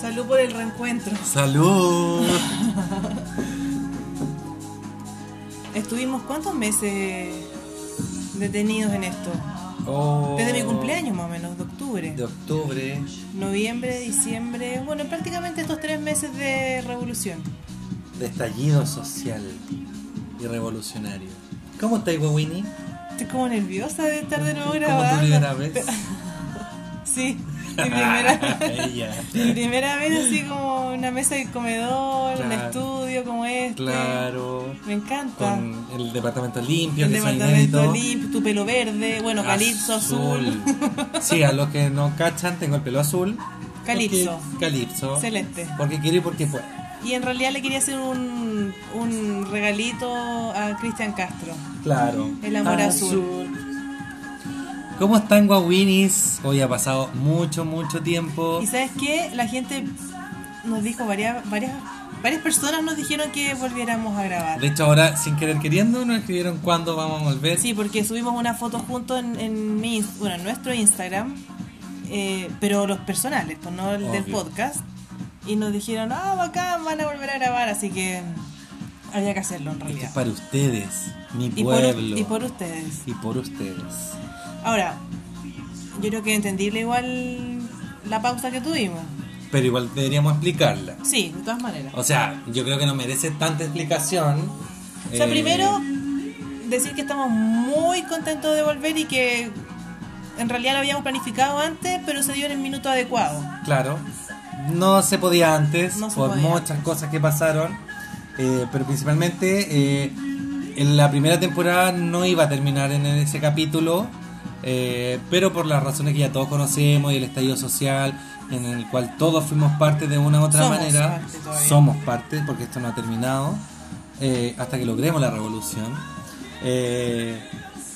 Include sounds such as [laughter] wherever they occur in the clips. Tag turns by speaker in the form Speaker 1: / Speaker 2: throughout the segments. Speaker 1: Salud por el reencuentro.
Speaker 2: Salud.
Speaker 1: Estuvimos cuántos meses detenidos en esto.
Speaker 2: Oh.
Speaker 1: Desde mi cumpleaños más o menos, de octubre.
Speaker 2: De octubre.
Speaker 1: Noviembre, diciembre, bueno, prácticamente estos tres meses de revolución.
Speaker 2: De estallido social y revolucionario. ¿Cómo estáis, Winnie?
Speaker 1: Estoy como nerviosa de estar de nuevo
Speaker 2: Como tu
Speaker 1: grabando.
Speaker 2: primera vez.
Speaker 1: Sí, [laughs] mi primera,
Speaker 2: [laughs] Ella.
Speaker 1: mi primera vez así como una mesa de comedor, un
Speaker 2: Claro.
Speaker 1: estudio como este.
Speaker 2: Claro.
Speaker 1: Me encanta.
Speaker 2: Con el departamento limpio,
Speaker 1: el
Speaker 2: que son
Speaker 1: departamento
Speaker 2: inéditos.
Speaker 1: limpio, tu pelo verde, bueno, calipso azul,
Speaker 2: [laughs] Sí, a los que no cachan, tengo el pelo azul.
Speaker 1: Calipso.
Speaker 2: Porque- Calipso.
Speaker 1: celeste.
Speaker 2: Porque quiero y porque puedo.
Speaker 1: Y en realidad le quería hacer un, un regalito a Cristian Castro.
Speaker 2: Claro.
Speaker 1: El amor
Speaker 2: Ah,
Speaker 1: azul.
Speaker 2: ¿Cómo están, guaguinis? Hoy ha pasado mucho, mucho tiempo.
Speaker 1: Y sabes qué, la gente nos dijo, varias, varias, varias personas nos dijeron que volviéramos a grabar.
Speaker 2: De hecho, ahora, sin querer queriendo, nos escribieron cuándo vamos a volver.
Speaker 1: Sí, porque subimos una foto juntos en, en mi, ins- bueno, en nuestro Instagram, eh, pero los personales, pues no el del
Speaker 2: Obvio.
Speaker 1: podcast. Y nos dijeron, ah, bacán, van a volver a grabar, así que había que hacerlo en
Speaker 2: Esto
Speaker 1: realidad.
Speaker 2: es para ustedes, mi
Speaker 1: Y por,
Speaker 2: pueblo.
Speaker 1: y por ustedes.
Speaker 2: Y por ustedes.
Speaker 1: Ahora, yo creo que es entendible igual la pausa que tuvimos.
Speaker 2: Pero igual deberíamos explicarla.
Speaker 1: Sí, de todas maneras.
Speaker 2: O sea, yo creo que no merece tanta explicación.
Speaker 1: O sea,
Speaker 2: Eh,
Speaker 1: primero, decir que estamos muy contentos de volver y que en realidad lo habíamos planificado antes, pero se dio en el minuto adecuado.
Speaker 2: Claro, no se podía antes
Speaker 1: No se
Speaker 2: por
Speaker 1: podía.
Speaker 2: muchas cosas que pasaron, eh, pero principalmente eh, en la primera temporada no iba a terminar en ese capítulo, eh, pero por las razones que ya todos conocemos y el estallido social en el cual todos fuimos parte de una u otra
Speaker 1: Somos
Speaker 2: manera,
Speaker 1: parte todavía.
Speaker 2: somos parte porque esto no ha terminado eh, hasta que logremos la revolución. Eh,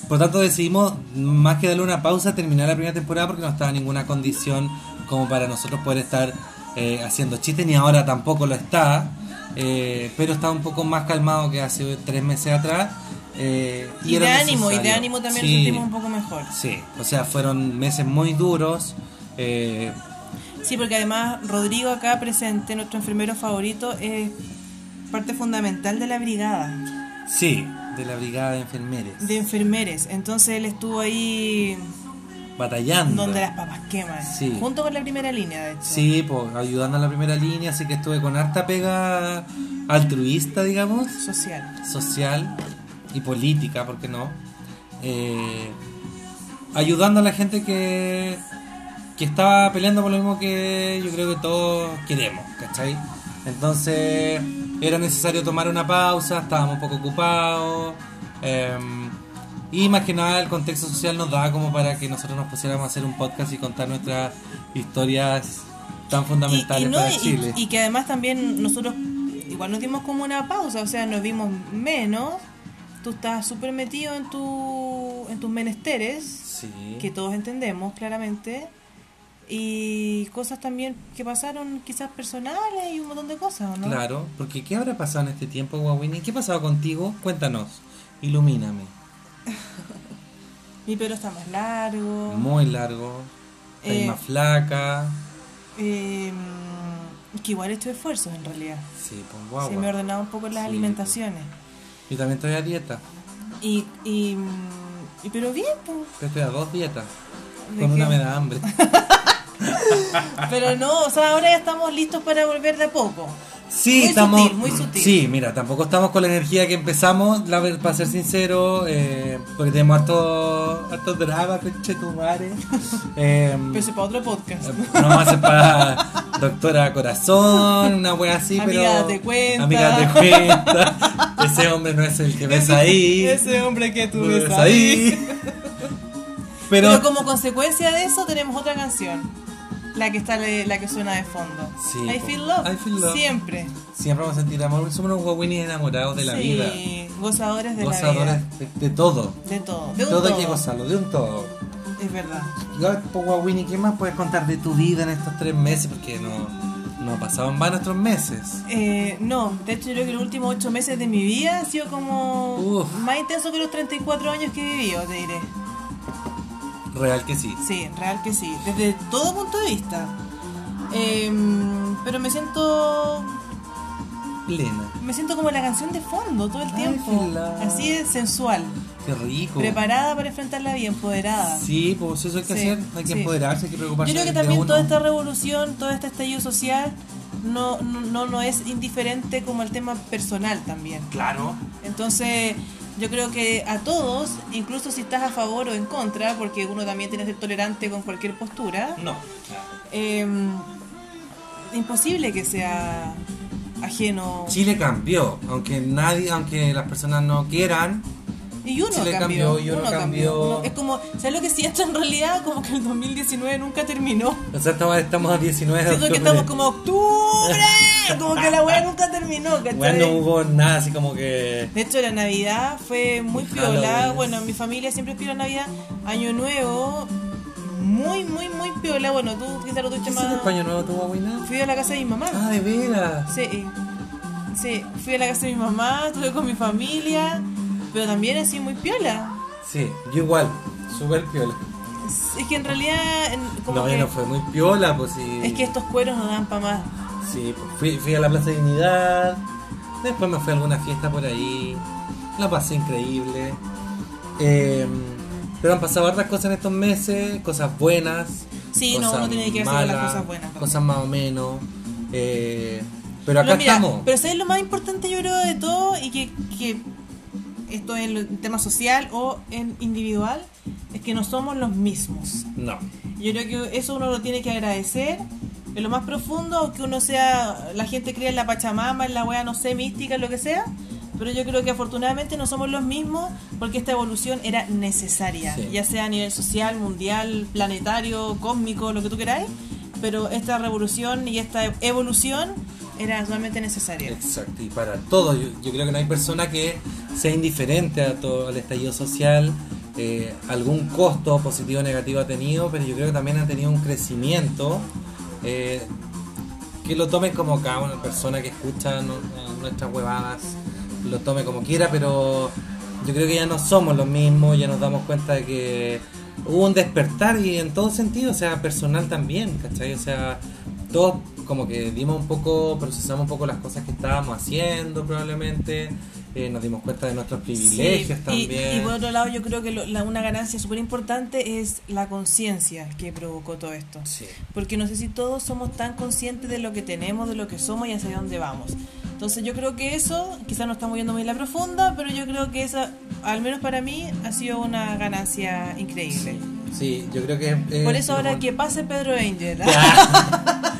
Speaker 2: por tanto decidimos, más que darle una pausa, terminar la primera temporada porque no estaba ninguna condición como para nosotros poder estar eh, haciendo chistes, ni ahora tampoco lo está, eh, pero está un poco más calmado que hace tres meses atrás. eh, y
Speaker 1: Y, de
Speaker 2: era
Speaker 1: ánimo, y de
Speaker 2: necesario.
Speaker 1: ánimo también
Speaker 2: Sí,
Speaker 1: nos sentimos un poco mejor.
Speaker 2: Sí, o sea, fueron meses muy duros. eh,
Speaker 1: Sí, porque además Rodrigo acá presente, nuestro enfermero favorito, es parte fundamental de la brigada
Speaker 2: sí, de la brigada de enfermeres.
Speaker 1: de enfermeres. Entonces él estuvo ahí
Speaker 2: batallando.
Speaker 1: donde las papas queman,
Speaker 2: Sí.
Speaker 1: junto con la primera línea, de hecho.
Speaker 2: Sí, pues ayudando a la primera línea, así que estuve con harta pega altruista, digamos,
Speaker 1: Social.
Speaker 2: social y política, ¿por qué no? Eh, ayudando a la gente que, que estaba peleando por lo mismo que yo creo que todos queremos, ¿cachai? Entonces era necesario tomar una pausa, estábamos un poco ocupados. em, y más que nada el contexto social nos daba como para que nosotros nos pusiéramos a hacer un podcast y contar nuestras historias tan
Speaker 1: Y, y
Speaker 2: fundamentales
Speaker 1: no-
Speaker 2: para
Speaker 1: y-
Speaker 2: Chile.
Speaker 1: y que además también nosotros igual nos dimos como una pausa, o sea, nos vimos menos. Tú estás súper metido en, tu, en tus menesteres.
Speaker 2: Sí.
Speaker 1: que todos entendemos claramente y cosas también que pasaron quizás personales y un montón de cosas, ¿o ¿no?
Speaker 2: Claro, porque ¿qué habrá pasado en este tiempo, Guawini? ¿Qué ha pasado contigo? Cuéntanos, ilumíname.
Speaker 1: Mi pelo está más largo.
Speaker 2: Muy largo,
Speaker 1: Oh. Eh.
Speaker 2: hay más flaca.
Speaker 1: eh, que igual he hecho esfuerzos en realidad.
Speaker 2: Sí, pues
Speaker 1: Se me
Speaker 2: guagua.
Speaker 1: ordenaba un poco las
Speaker 2: Sí,
Speaker 1: alimentaciones.
Speaker 2: Yo también estoy a dieta,
Speaker 1: Y, y, mm, y pero bien, pues.
Speaker 2: yo estoy a dos dietas.
Speaker 1: ¿de
Speaker 2: Con una
Speaker 1: qué?
Speaker 2: me
Speaker 1: [laughs]
Speaker 2: da hambre.
Speaker 1: Pero no, o sea, ahora ya estamos listos para volver de a poco.
Speaker 2: Sí,
Speaker 1: Muy
Speaker 2: estamos.
Speaker 1: sutil, muy sutil.
Speaker 2: Sí, mira, tampoco estamos con la energía que empezamos, la ver- para ser sincero, eh, porque tenemos harto, harto drama,
Speaker 1: [laughs]
Speaker 2: conchetumare. Eh,
Speaker 1: Pero eso es para otro podcast.
Speaker 2: No más es para doctora corazón, una wea así, pero.
Speaker 1: Amiga, date cuenta.
Speaker 2: Amiga, date cuenta. Ese hombre no es el que ves ahí.
Speaker 1: Ese hombre que tú
Speaker 2: no
Speaker 1: ves
Speaker 2: es
Speaker 1: ahí.
Speaker 2: Pero.
Speaker 1: [laughs] Pero como consecuencia de eso tenemos otra canción. La que está la que suena de fondo.
Speaker 2: Sí,
Speaker 1: I
Speaker 2: po.
Speaker 1: feel love.
Speaker 2: I feel love.
Speaker 1: Siempre.
Speaker 2: Siempre vamos a sentir amor. Somos unos guaguinis enamorados de la
Speaker 1: sí,
Speaker 2: vida.
Speaker 1: gozadores de la
Speaker 2: Gozadores
Speaker 1: vida.
Speaker 2: de, de todo.
Speaker 1: De todo. De un
Speaker 2: todo
Speaker 1: todo.
Speaker 2: hay que gozarlo, de un todo.
Speaker 1: Es verdad.
Speaker 2: Ya, po, Guaguini, ¿qué más puedes contar de tu vida en estos tres meses? Porque no, no pasaban van estos meses.
Speaker 1: Eh, no, de hecho yo creo que los últimos ocho meses de mi vida ha sido como
Speaker 2: Uf.
Speaker 1: más intenso que los 34 años que he vivido, te diré.
Speaker 2: Real que sí.
Speaker 1: Sí, real que sí. Desde todo punto de vista. Em, Pero me siento
Speaker 2: Plena.
Speaker 1: me siento como la canción de fondo todo el
Speaker 2: Ay,
Speaker 1: tiempo.
Speaker 2: qué la-
Speaker 1: Así de sensual.
Speaker 2: Qué rico.
Speaker 1: Preparada para enfrentar la vida, empoderada.
Speaker 2: Sí, pues eso hay que
Speaker 1: Sí,
Speaker 2: hacer. Hay que
Speaker 1: sí.
Speaker 2: empoderarse, hay que preocuparse.
Speaker 1: Yo creo que
Speaker 2: de
Speaker 1: también
Speaker 2: uno.
Speaker 1: toda esta revolución, todo este estallido social, no, no, no, no es indiferente como al tema personal también.
Speaker 2: Claro.
Speaker 1: Entonces, yo creo que a todos, incluso si estás a favor o en contra, porque uno también tiene que ser tolerante con cualquier postura,
Speaker 2: No.
Speaker 1: eh, imposible que sea ajeno.
Speaker 2: Chile cambió, aunque nadie, aunque las personas no quieran.
Speaker 1: Y uno
Speaker 2: Chile
Speaker 1: cambió,
Speaker 2: cambió, y uno cambió.
Speaker 1: uno- es como, ¿sabes lo que siento en realidad? Como que el 2019 nunca terminó.
Speaker 2: [laughs] O sea, estamos, estamos a 19 de
Speaker 1: Siento que
Speaker 2: octubre.
Speaker 1: estamos como a octubre, como que la weá nunca
Speaker 2: [laughs]
Speaker 1: terminó, ¿cachai?
Speaker 2: Bueno, no hubo nada así como que.
Speaker 1: De hecho, la Navidad fue muy
Speaker 2: Halloween.
Speaker 1: piola. Bueno, mi familia siempre es piola Navidad. Año Nuevo, muy, muy, muy piola. Bueno, tú quizás lo tuviste
Speaker 2: ¿Qué
Speaker 1: más.
Speaker 2: España Nuevo tuvo Guaina?
Speaker 1: Fui a la casa de mi mamá.
Speaker 2: Ah, de veras.
Speaker 1: Sí, eh, sí, fui a la casa de mi mamá, estuve con mi familia, pero también así muy piola.
Speaker 2: Sí, yo igual. Súper piola.
Speaker 1: Es es que en realidad, en- como
Speaker 2: No,
Speaker 1: que,
Speaker 2: ya no fue muy piola, pues sí.
Speaker 1: es que estos cueros no dan para más.
Speaker 2: Sí, pues, fui, fui a la Plaza Dignidad. Después me fui a alguna fiesta por ahí. La pasé increíble. Eh, pero han pasado hartas cosas en estos meses, cosas buenas.
Speaker 1: Sí, no,
Speaker 2: cosas
Speaker 1: uno tiene que hacer las
Speaker 2: malas,
Speaker 1: cosas buenas, papá.
Speaker 2: Cosas más o menos. Eh, pero acá
Speaker 1: Pero mira,
Speaker 2: estamos.
Speaker 1: Pero ¿sabes lo más importante yo creo de todo? Y que, que esto en el tema social o en individual, es que no somos los mismos.
Speaker 2: No,
Speaker 1: Yo creo que eso uno lo tiene que agradecer. En lo más profundo, aunque uno sea, la gente crea en la Pachamama, en la wea, no sé, mística, en lo que sea. Pero yo creo que afortunadamente no somos los mismos porque esta evolución era necesaria,
Speaker 2: Sí.
Speaker 1: ya sea a nivel social, mundial, planetario, cósmico, lo que tú queráis. Pero esta revolución y esta evolución era totalmente necesaria.
Speaker 2: exacto. Y para todos, yo, yo creo que no hay persona que sea indiferente a todo el estallido social. eh, algún costo positivo o negativo ha tenido, pero yo creo que también ha tenido un crecimiento. eh, que lo tomen como cada una persona que escucha no- eh, nuestras huevadas, lo tome como quiera, pero yo creo que ya no somos los mismos, ya nos damos cuenta de que hubo un despertar y en todo sentido, o sea, personal también, ¿cachai? O sea, todos como que dimos un poco, procesamos un poco las cosas que estábamos haciendo probablemente, eh, nos dimos cuenta de nuestros privilegios
Speaker 1: Sí, y-
Speaker 2: también.
Speaker 1: Y, por otro lado, yo creo que lo- la- una ganancia súper importante es la conciencia que provocó todo esto.
Speaker 2: Sí.
Speaker 1: porque no sé si todos somos tan conscientes de lo que tenemos, de lo que somos y hacia dónde vamos. Entonces yo creo que eso, quizás no estamos yendo muy en la profunda, pero yo creo que esa, al menos para mí, ha sido una ganancia increíble.
Speaker 2: Sí, yo creo que... es-
Speaker 1: Por
Speaker 2: es
Speaker 1: eso
Speaker 2: lo
Speaker 1: ahora
Speaker 2: bueno.
Speaker 1: que pase Pedro Angel. Ah,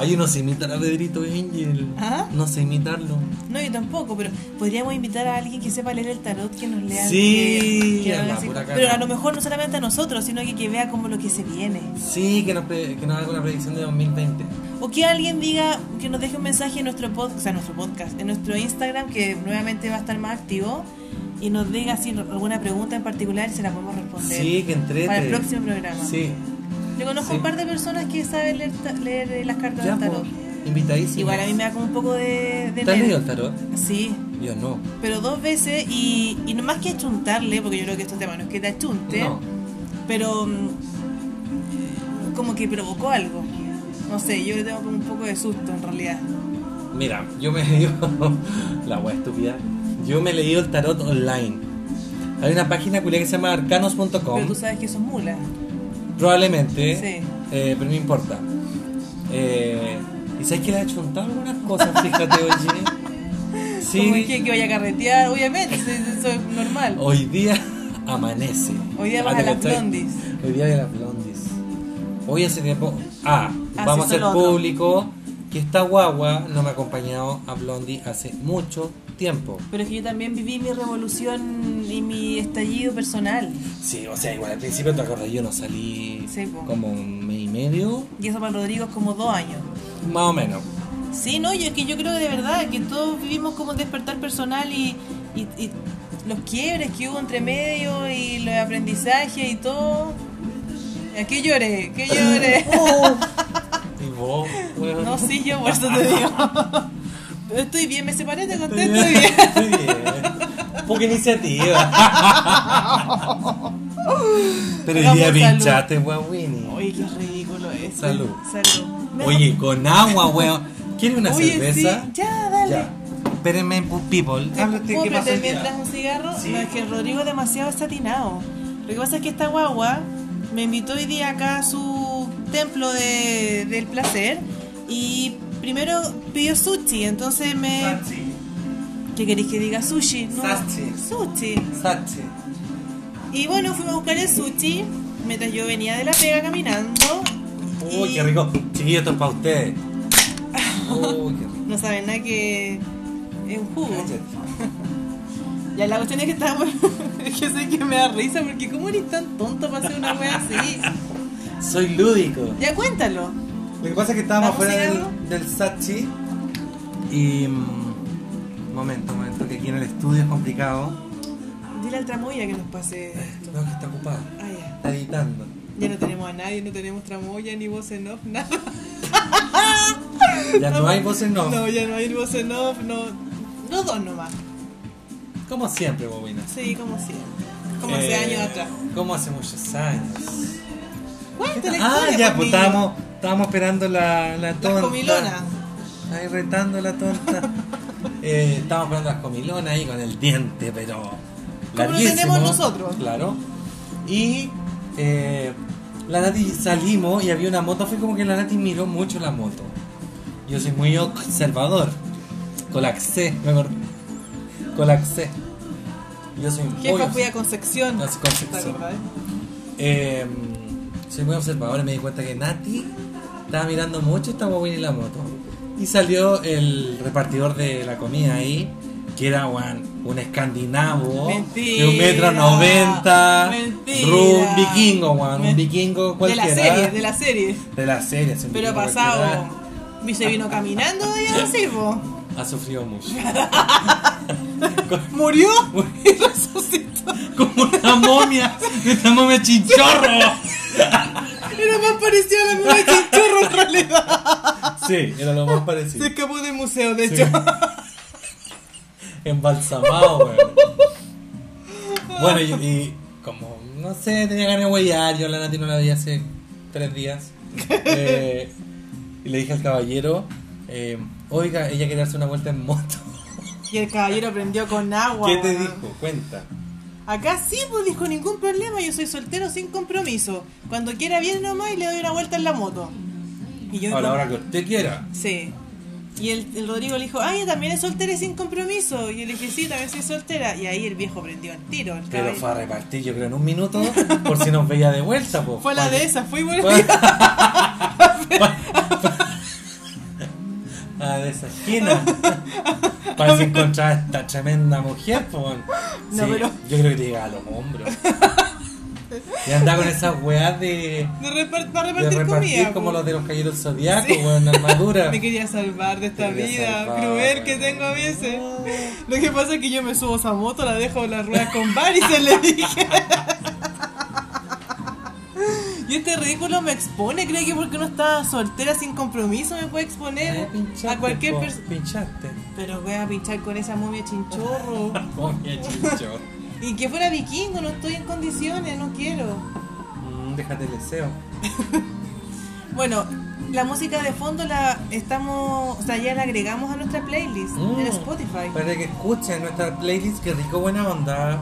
Speaker 2: Ay, uno se imitar a Pedrito Angel.
Speaker 1: ¿Ah?
Speaker 2: No sé imitarlo.
Speaker 1: No, yo tampoco, pero podríamos invitar a alguien que sepa leer el tarot, que nos lea.
Speaker 2: Sí,
Speaker 1: que- que
Speaker 2: es
Speaker 1: haga
Speaker 2: la
Speaker 1: así-
Speaker 2: pura cara.
Speaker 1: pero a lo mejor no solamente a nosotros, sino que, que vea como lo que se viene.
Speaker 2: Sí, que nos, pre- que nos haga una predicción de 2020.
Speaker 1: O que alguien diga, que nos deje un mensaje en nuestro podcast, en nuestro podcast, en nuestro Instagram, que nuevamente va a estar más activo, y nos diga si alguna pregunta en particular y se la podemos responder
Speaker 2: Sí, que entrete.
Speaker 1: para el próximo programa.
Speaker 2: Sí,
Speaker 1: Yo conozco
Speaker 2: Sí.
Speaker 1: un par de personas que saben leer, ta- leer, eh, las cartas
Speaker 2: ya,
Speaker 1: del tarot.
Speaker 2: pues, invitadísimo.
Speaker 1: Igual a mí me da como un poco de... de
Speaker 2: ¿Te has
Speaker 1: nervio.
Speaker 2: leído el tarot?
Speaker 1: Sí,
Speaker 2: Yo no.
Speaker 1: pero dos veces y, y no más que achuntarle, porque yo creo que estos temas no es que te achunte,
Speaker 2: No.
Speaker 1: pero mm, como que provocó algo. No sé, yo le tengo como un poco de susto en realidad.
Speaker 2: Mira, yo me leí. [laughs] la wea estúpida. Yo me he leído el tarot online. Hay una página culia que se llama
Speaker 1: Pero
Speaker 2: arcanos.com.
Speaker 1: tú sabes que eso es mula.
Speaker 2: Probablemente.
Speaker 1: Sí.
Speaker 2: Eh, pero no importa. Eh, ¿Y sabes que le ha chuntado algunas cosas? Fíjate, oye.
Speaker 1: [laughs]
Speaker 2: Sí.
Speaker 1: Como que, que vaya a carretear, obviamente, [laughs] eso, eso es normal.
Speaker 2: Hoy día amanece.
Speaker 1: Hoy día vas
Speaker 2: te
Speaker 1: a las
Speaker 2: estoy-
Speaker 1: Blondies.
Speaker 2: Hoy día de las blondies. Hoy hace tiempo. Ah,
Speaker 1: Ah,
Speaker 2: vamos a
Speaker 1: sí, eso
Speaker 2: hacer
Speaker 1: es lo otro.
Speaker 2: público que esta guagua no me ha acompañado a Blondie hace mucho tiempo.
Speaker 1: Pero es que yo también viví mi revolución y mi estallido personal.
Speaker 2: Sí, o sea, igual al principio te acordás, yo no salí
Speaker 1: Sí, po.
Speaker 2: como un mes y medio,
Speaker 1: Y eso para Rodrigo es como dos años.
Speaker 2: más o
Speaker 1: [laughs]
Speaker 2: menos.
Speaker 1: Sí, no, yo, es que yo creo de verdad que todos vivimos como un despertar personal y, y- y los quiebres que hubo entre medio y los aprendizajes y todo. Aquí lloré, que
Speaker 2: [laughs]
Speaker 1: lloré.
Speaker 2: Y vos, weón.
Speaker 1: No, sí, yo por eso te digo. Pero estoy bien, me separé, te conté,
Speaker 2: Estoy
Speaker 1: estoy
Speaker 2: bien,
Speaker 1: bien.
Speaker 2: estoy bien. Poca iniciativa. Pero hoy
Speaker 1: Hagamos
Speaker 2: día
Speaker 1: salud.
Speaker 2: pinchaste, weón, Winnie.
Speaker 1: Oye, qué ridículo eso.
Speaker 2: Salud.
Speaker 1: Salud. Me-
Speaker 2: Oye, con agua, weón. ¿Quieres una
Speaker 1: Oye,
Speaker 2: cerveza?
Speaker 1: sí. Ya, dale.
Speaker 2: Ya. Espérenme, people. Háblate,
Speaker 1: ¿Puedo
Speaker 2: ¿qué pasa
Speaker 1: prender
Speaker 2: el
Speaker 1: mientras
Speaker 2: día?
Speaker 1: un cigarro?
Speaker 2: Sí.
Speaker 1: No, es que el Rodrigo es demasiado satinado. Lo que pasa es que esta guagua me invitó hoy día acá a su templo de, del placer y primero pidió sushi, entonces me...
Speaker 2: Sachi,
Speaker 1: ¿Qué queréis que diga? Sushi. No,
Speaker 2: Sachi.
Speaker 1: Sushi.
Speaker 2: Sachi.
Speaker 1: Y bueno, fuimos a buscar el sushi mientras yo venía de la pega caminando.
Speaker 2: Uy,
Speaker 1: y
Speaker 2: qué rico. Chiquillos, esto es para ustedes.
Speaker 1: Ah.
Speaker 2: Uy, qué rico.
Speaker 1: No saben nada que es un jugo.
Speaker 2: Cállate.
Speaker 1: Ya la cuestión es que estábamos. [laughs] es que sé que me da risa porque ¿cómo eres tan tonto para hacer una wea así?
Speaker 2: Soy lúdico.
Speaker 1: Ya cuéntalo.
Speaker 2: Lo que pasa es que estábamos
Speaker 1: ¿Vamos
Speaker 2: fuera del,
Speaker 1: cigarro?
Speaker 2: del Sachi y. mm, Momento, momento, que aquí en el estudio es complicado.
Speaker 1: Dile al tramoya que nos pase esto.
Speaker 2: No, que está ocupado.
Speaker 1: Ah, ya.
Speaker 2: Está editando.
Speaker 1: Ya no tenemos a nadie, no tenemos tramoya, ni voz en off, nada.
Speaker 2: Ya no hay voces, no.
Speaker 1: No, ya no hay voz en off, no. No dos nomás.
Speaker 2: Como siempre, Bobina.
Speaker 1: Sí, como siempre. Como hace
Speaker 2: Eh,
Speaker 1: años atrás.
Speaker 2: Como hace muchos años.
Speaker 1: Cuéntale
Speaker 2: Ah,
Speaker 1: historia,
Speaker 2: ya, pues
Speaker 1: niño.
Speaker 2: estábamos, estábamos esperando la, la tonta.
Speaker 1: Las comilonas.
Speaker 2: Ahí retando la tonta. [laughs] eh, estábamos esperando las comilonas ahí con el diente, pero.
Speaker 1: lo
Speaker 2: larguísimo.
Speaker 1: tenemos nosotros.
Speaker 2: Claro. Y eh, la Nati salimos y había una moto. Fue como que la Nati miró mucho la moto. Yo soy muy observador. Colapsé, me acordé. Colapsé. Yo soy muy
Speaker 1: Jefa,
Speaker 2: obs-
Speaker 1: fui a Concepción.
Speaker 2: A Concepción.
Speaker 1: ¿Te acordás?
Speaker 2: eh, soy muy observador y me di cuenta que Nati estaba mirando mucho esta guagüina y la moto. Y salió el repartidor de la comida ahí, que era weón, un escandinavo
Speaker 1: Mentira.
Speaker 2: de un metro noventa,
Speaker 1: Mentira.
Speaker 2: ru- un vikingo, weón, un
Speaker 1: Men-
Speaker 2: vikingo cualquiera.
Speaker 1: De la serie, de la serie.
Speaker 2: De la serie, es un
Speaker 1: Pero
Speaker 2: vikingo
Speaker 1: pasado.
Speaker 2: cualquiera.
Speaker 1: Y se vino caminando y así, po.
Speaker 2: Ha sufrido
Speaker 1: [laughs]
Speaker 2: mucho.
Speaker 1: Murió y resucitó.
Speaker 2: Como una momia, una momia chinchorro.
Speaker 1: Era más parecido a la
Speaker 2: [laughs]
Speaker 1: misma chinchorro en realidad.
Speaker 2: Sí, era lo más
Speaker 1: Se
Speaker 2: parecido.
Speaker 1: escapó del museo, de
Speaker 2: Sí.
Speaker 1: hecho.
Speaker 2: [laughs] Embalsamado, weón. Bueno, y, y como, no sé, tenía ganas de huellar, yo a la Nati no la vi hace tres días. Eh, y le dije al caballero, eh, oiga, ella quiere darse una vuelta en moto.
Speaker 1: Y el caballero prendió con agua.
Speaker 2: ¿Qué te
Speaker 1: weón.
Speaker 2: dijo? Cuenta.
Speaker 1: Acá sí, pues dijo ningún problema, yo soy soltero sin compromiso. Cuando quiera viene nomás y le doy una vuelta en la moto. Y yo
Speaker 2: A la hora que usted quiera.
Speaker 1: Sí. Y el, el Rodrigo le dijo, ay, también es soltera y sin compromiso. Y yo le dije, sí, también soy soltera. Y ahí el viejo prendió el tiro. el
Speaker 2: Pero
Speaker 1: caballero.
Speaker 2: fue a repartir, yo creo, en un minuto, por si nos veía de vuelta. po.
Speaker 1: Fue la de esas, fue buena.
Speaker 2: Fue- Ah, de esa esquina. Para que encontrar a esta tremenda mujer, po.
Speaker 1: No,
Speaker 2: Sí,
Speaker 1: pero-
Speaker 2: Yo creo que te llega a los hombros. Y anda con esas weas de,
Speaker 1: [laughs] De repar- para
Speaker 2: de
Speaker 1: repartir,
Speaker 2: repartir
Speaker 1: comida.
Speaker 2: como
Speaker 1: po.
Speaker 2: los de los caballeros zodiacos, weón, armadura.
Speaker 1: Me quería salvar [laughs] de esta
Speaker 2: Te quería
Speaker 1: vida
Speaker 2: salvar,
Speaker 1: cruel que
Speaker 2: weón.
Speaker 1: tengo a veces. Lo que pasa es que yo me subo a esa moto, la dejo en las ruedas con varices, le dije. Y este ridículo me expone, cree que porque uno está soltera sin compromiso me puede
Speaker 2: Ay,
Speaker 1: exponer
Speaker 2: Eh, pinchaste,
Speaker 1: a cualquier
Speaker 2: po,
Speaker 1: persona.
Speaker 2: Pinchaste.
Speaker 1: Pero voy a pinchar con esa momia chinchorro.
Speaker 2: Oye, chicho.
Speaker 1: Y que fuera vikingo, no estoy en condiciones, no quiero.
Speaker 2: Mm, déjate el deseo.
Speaker 1: Bueno, la música de fondo la estamos, o sea, ya la agregamos a nuestra playlist
Speaker 2: Mm,
Speaker 1: en Spotify.
Speaker 2: Para que escuchen nuestra playlist, que rico, buena onda.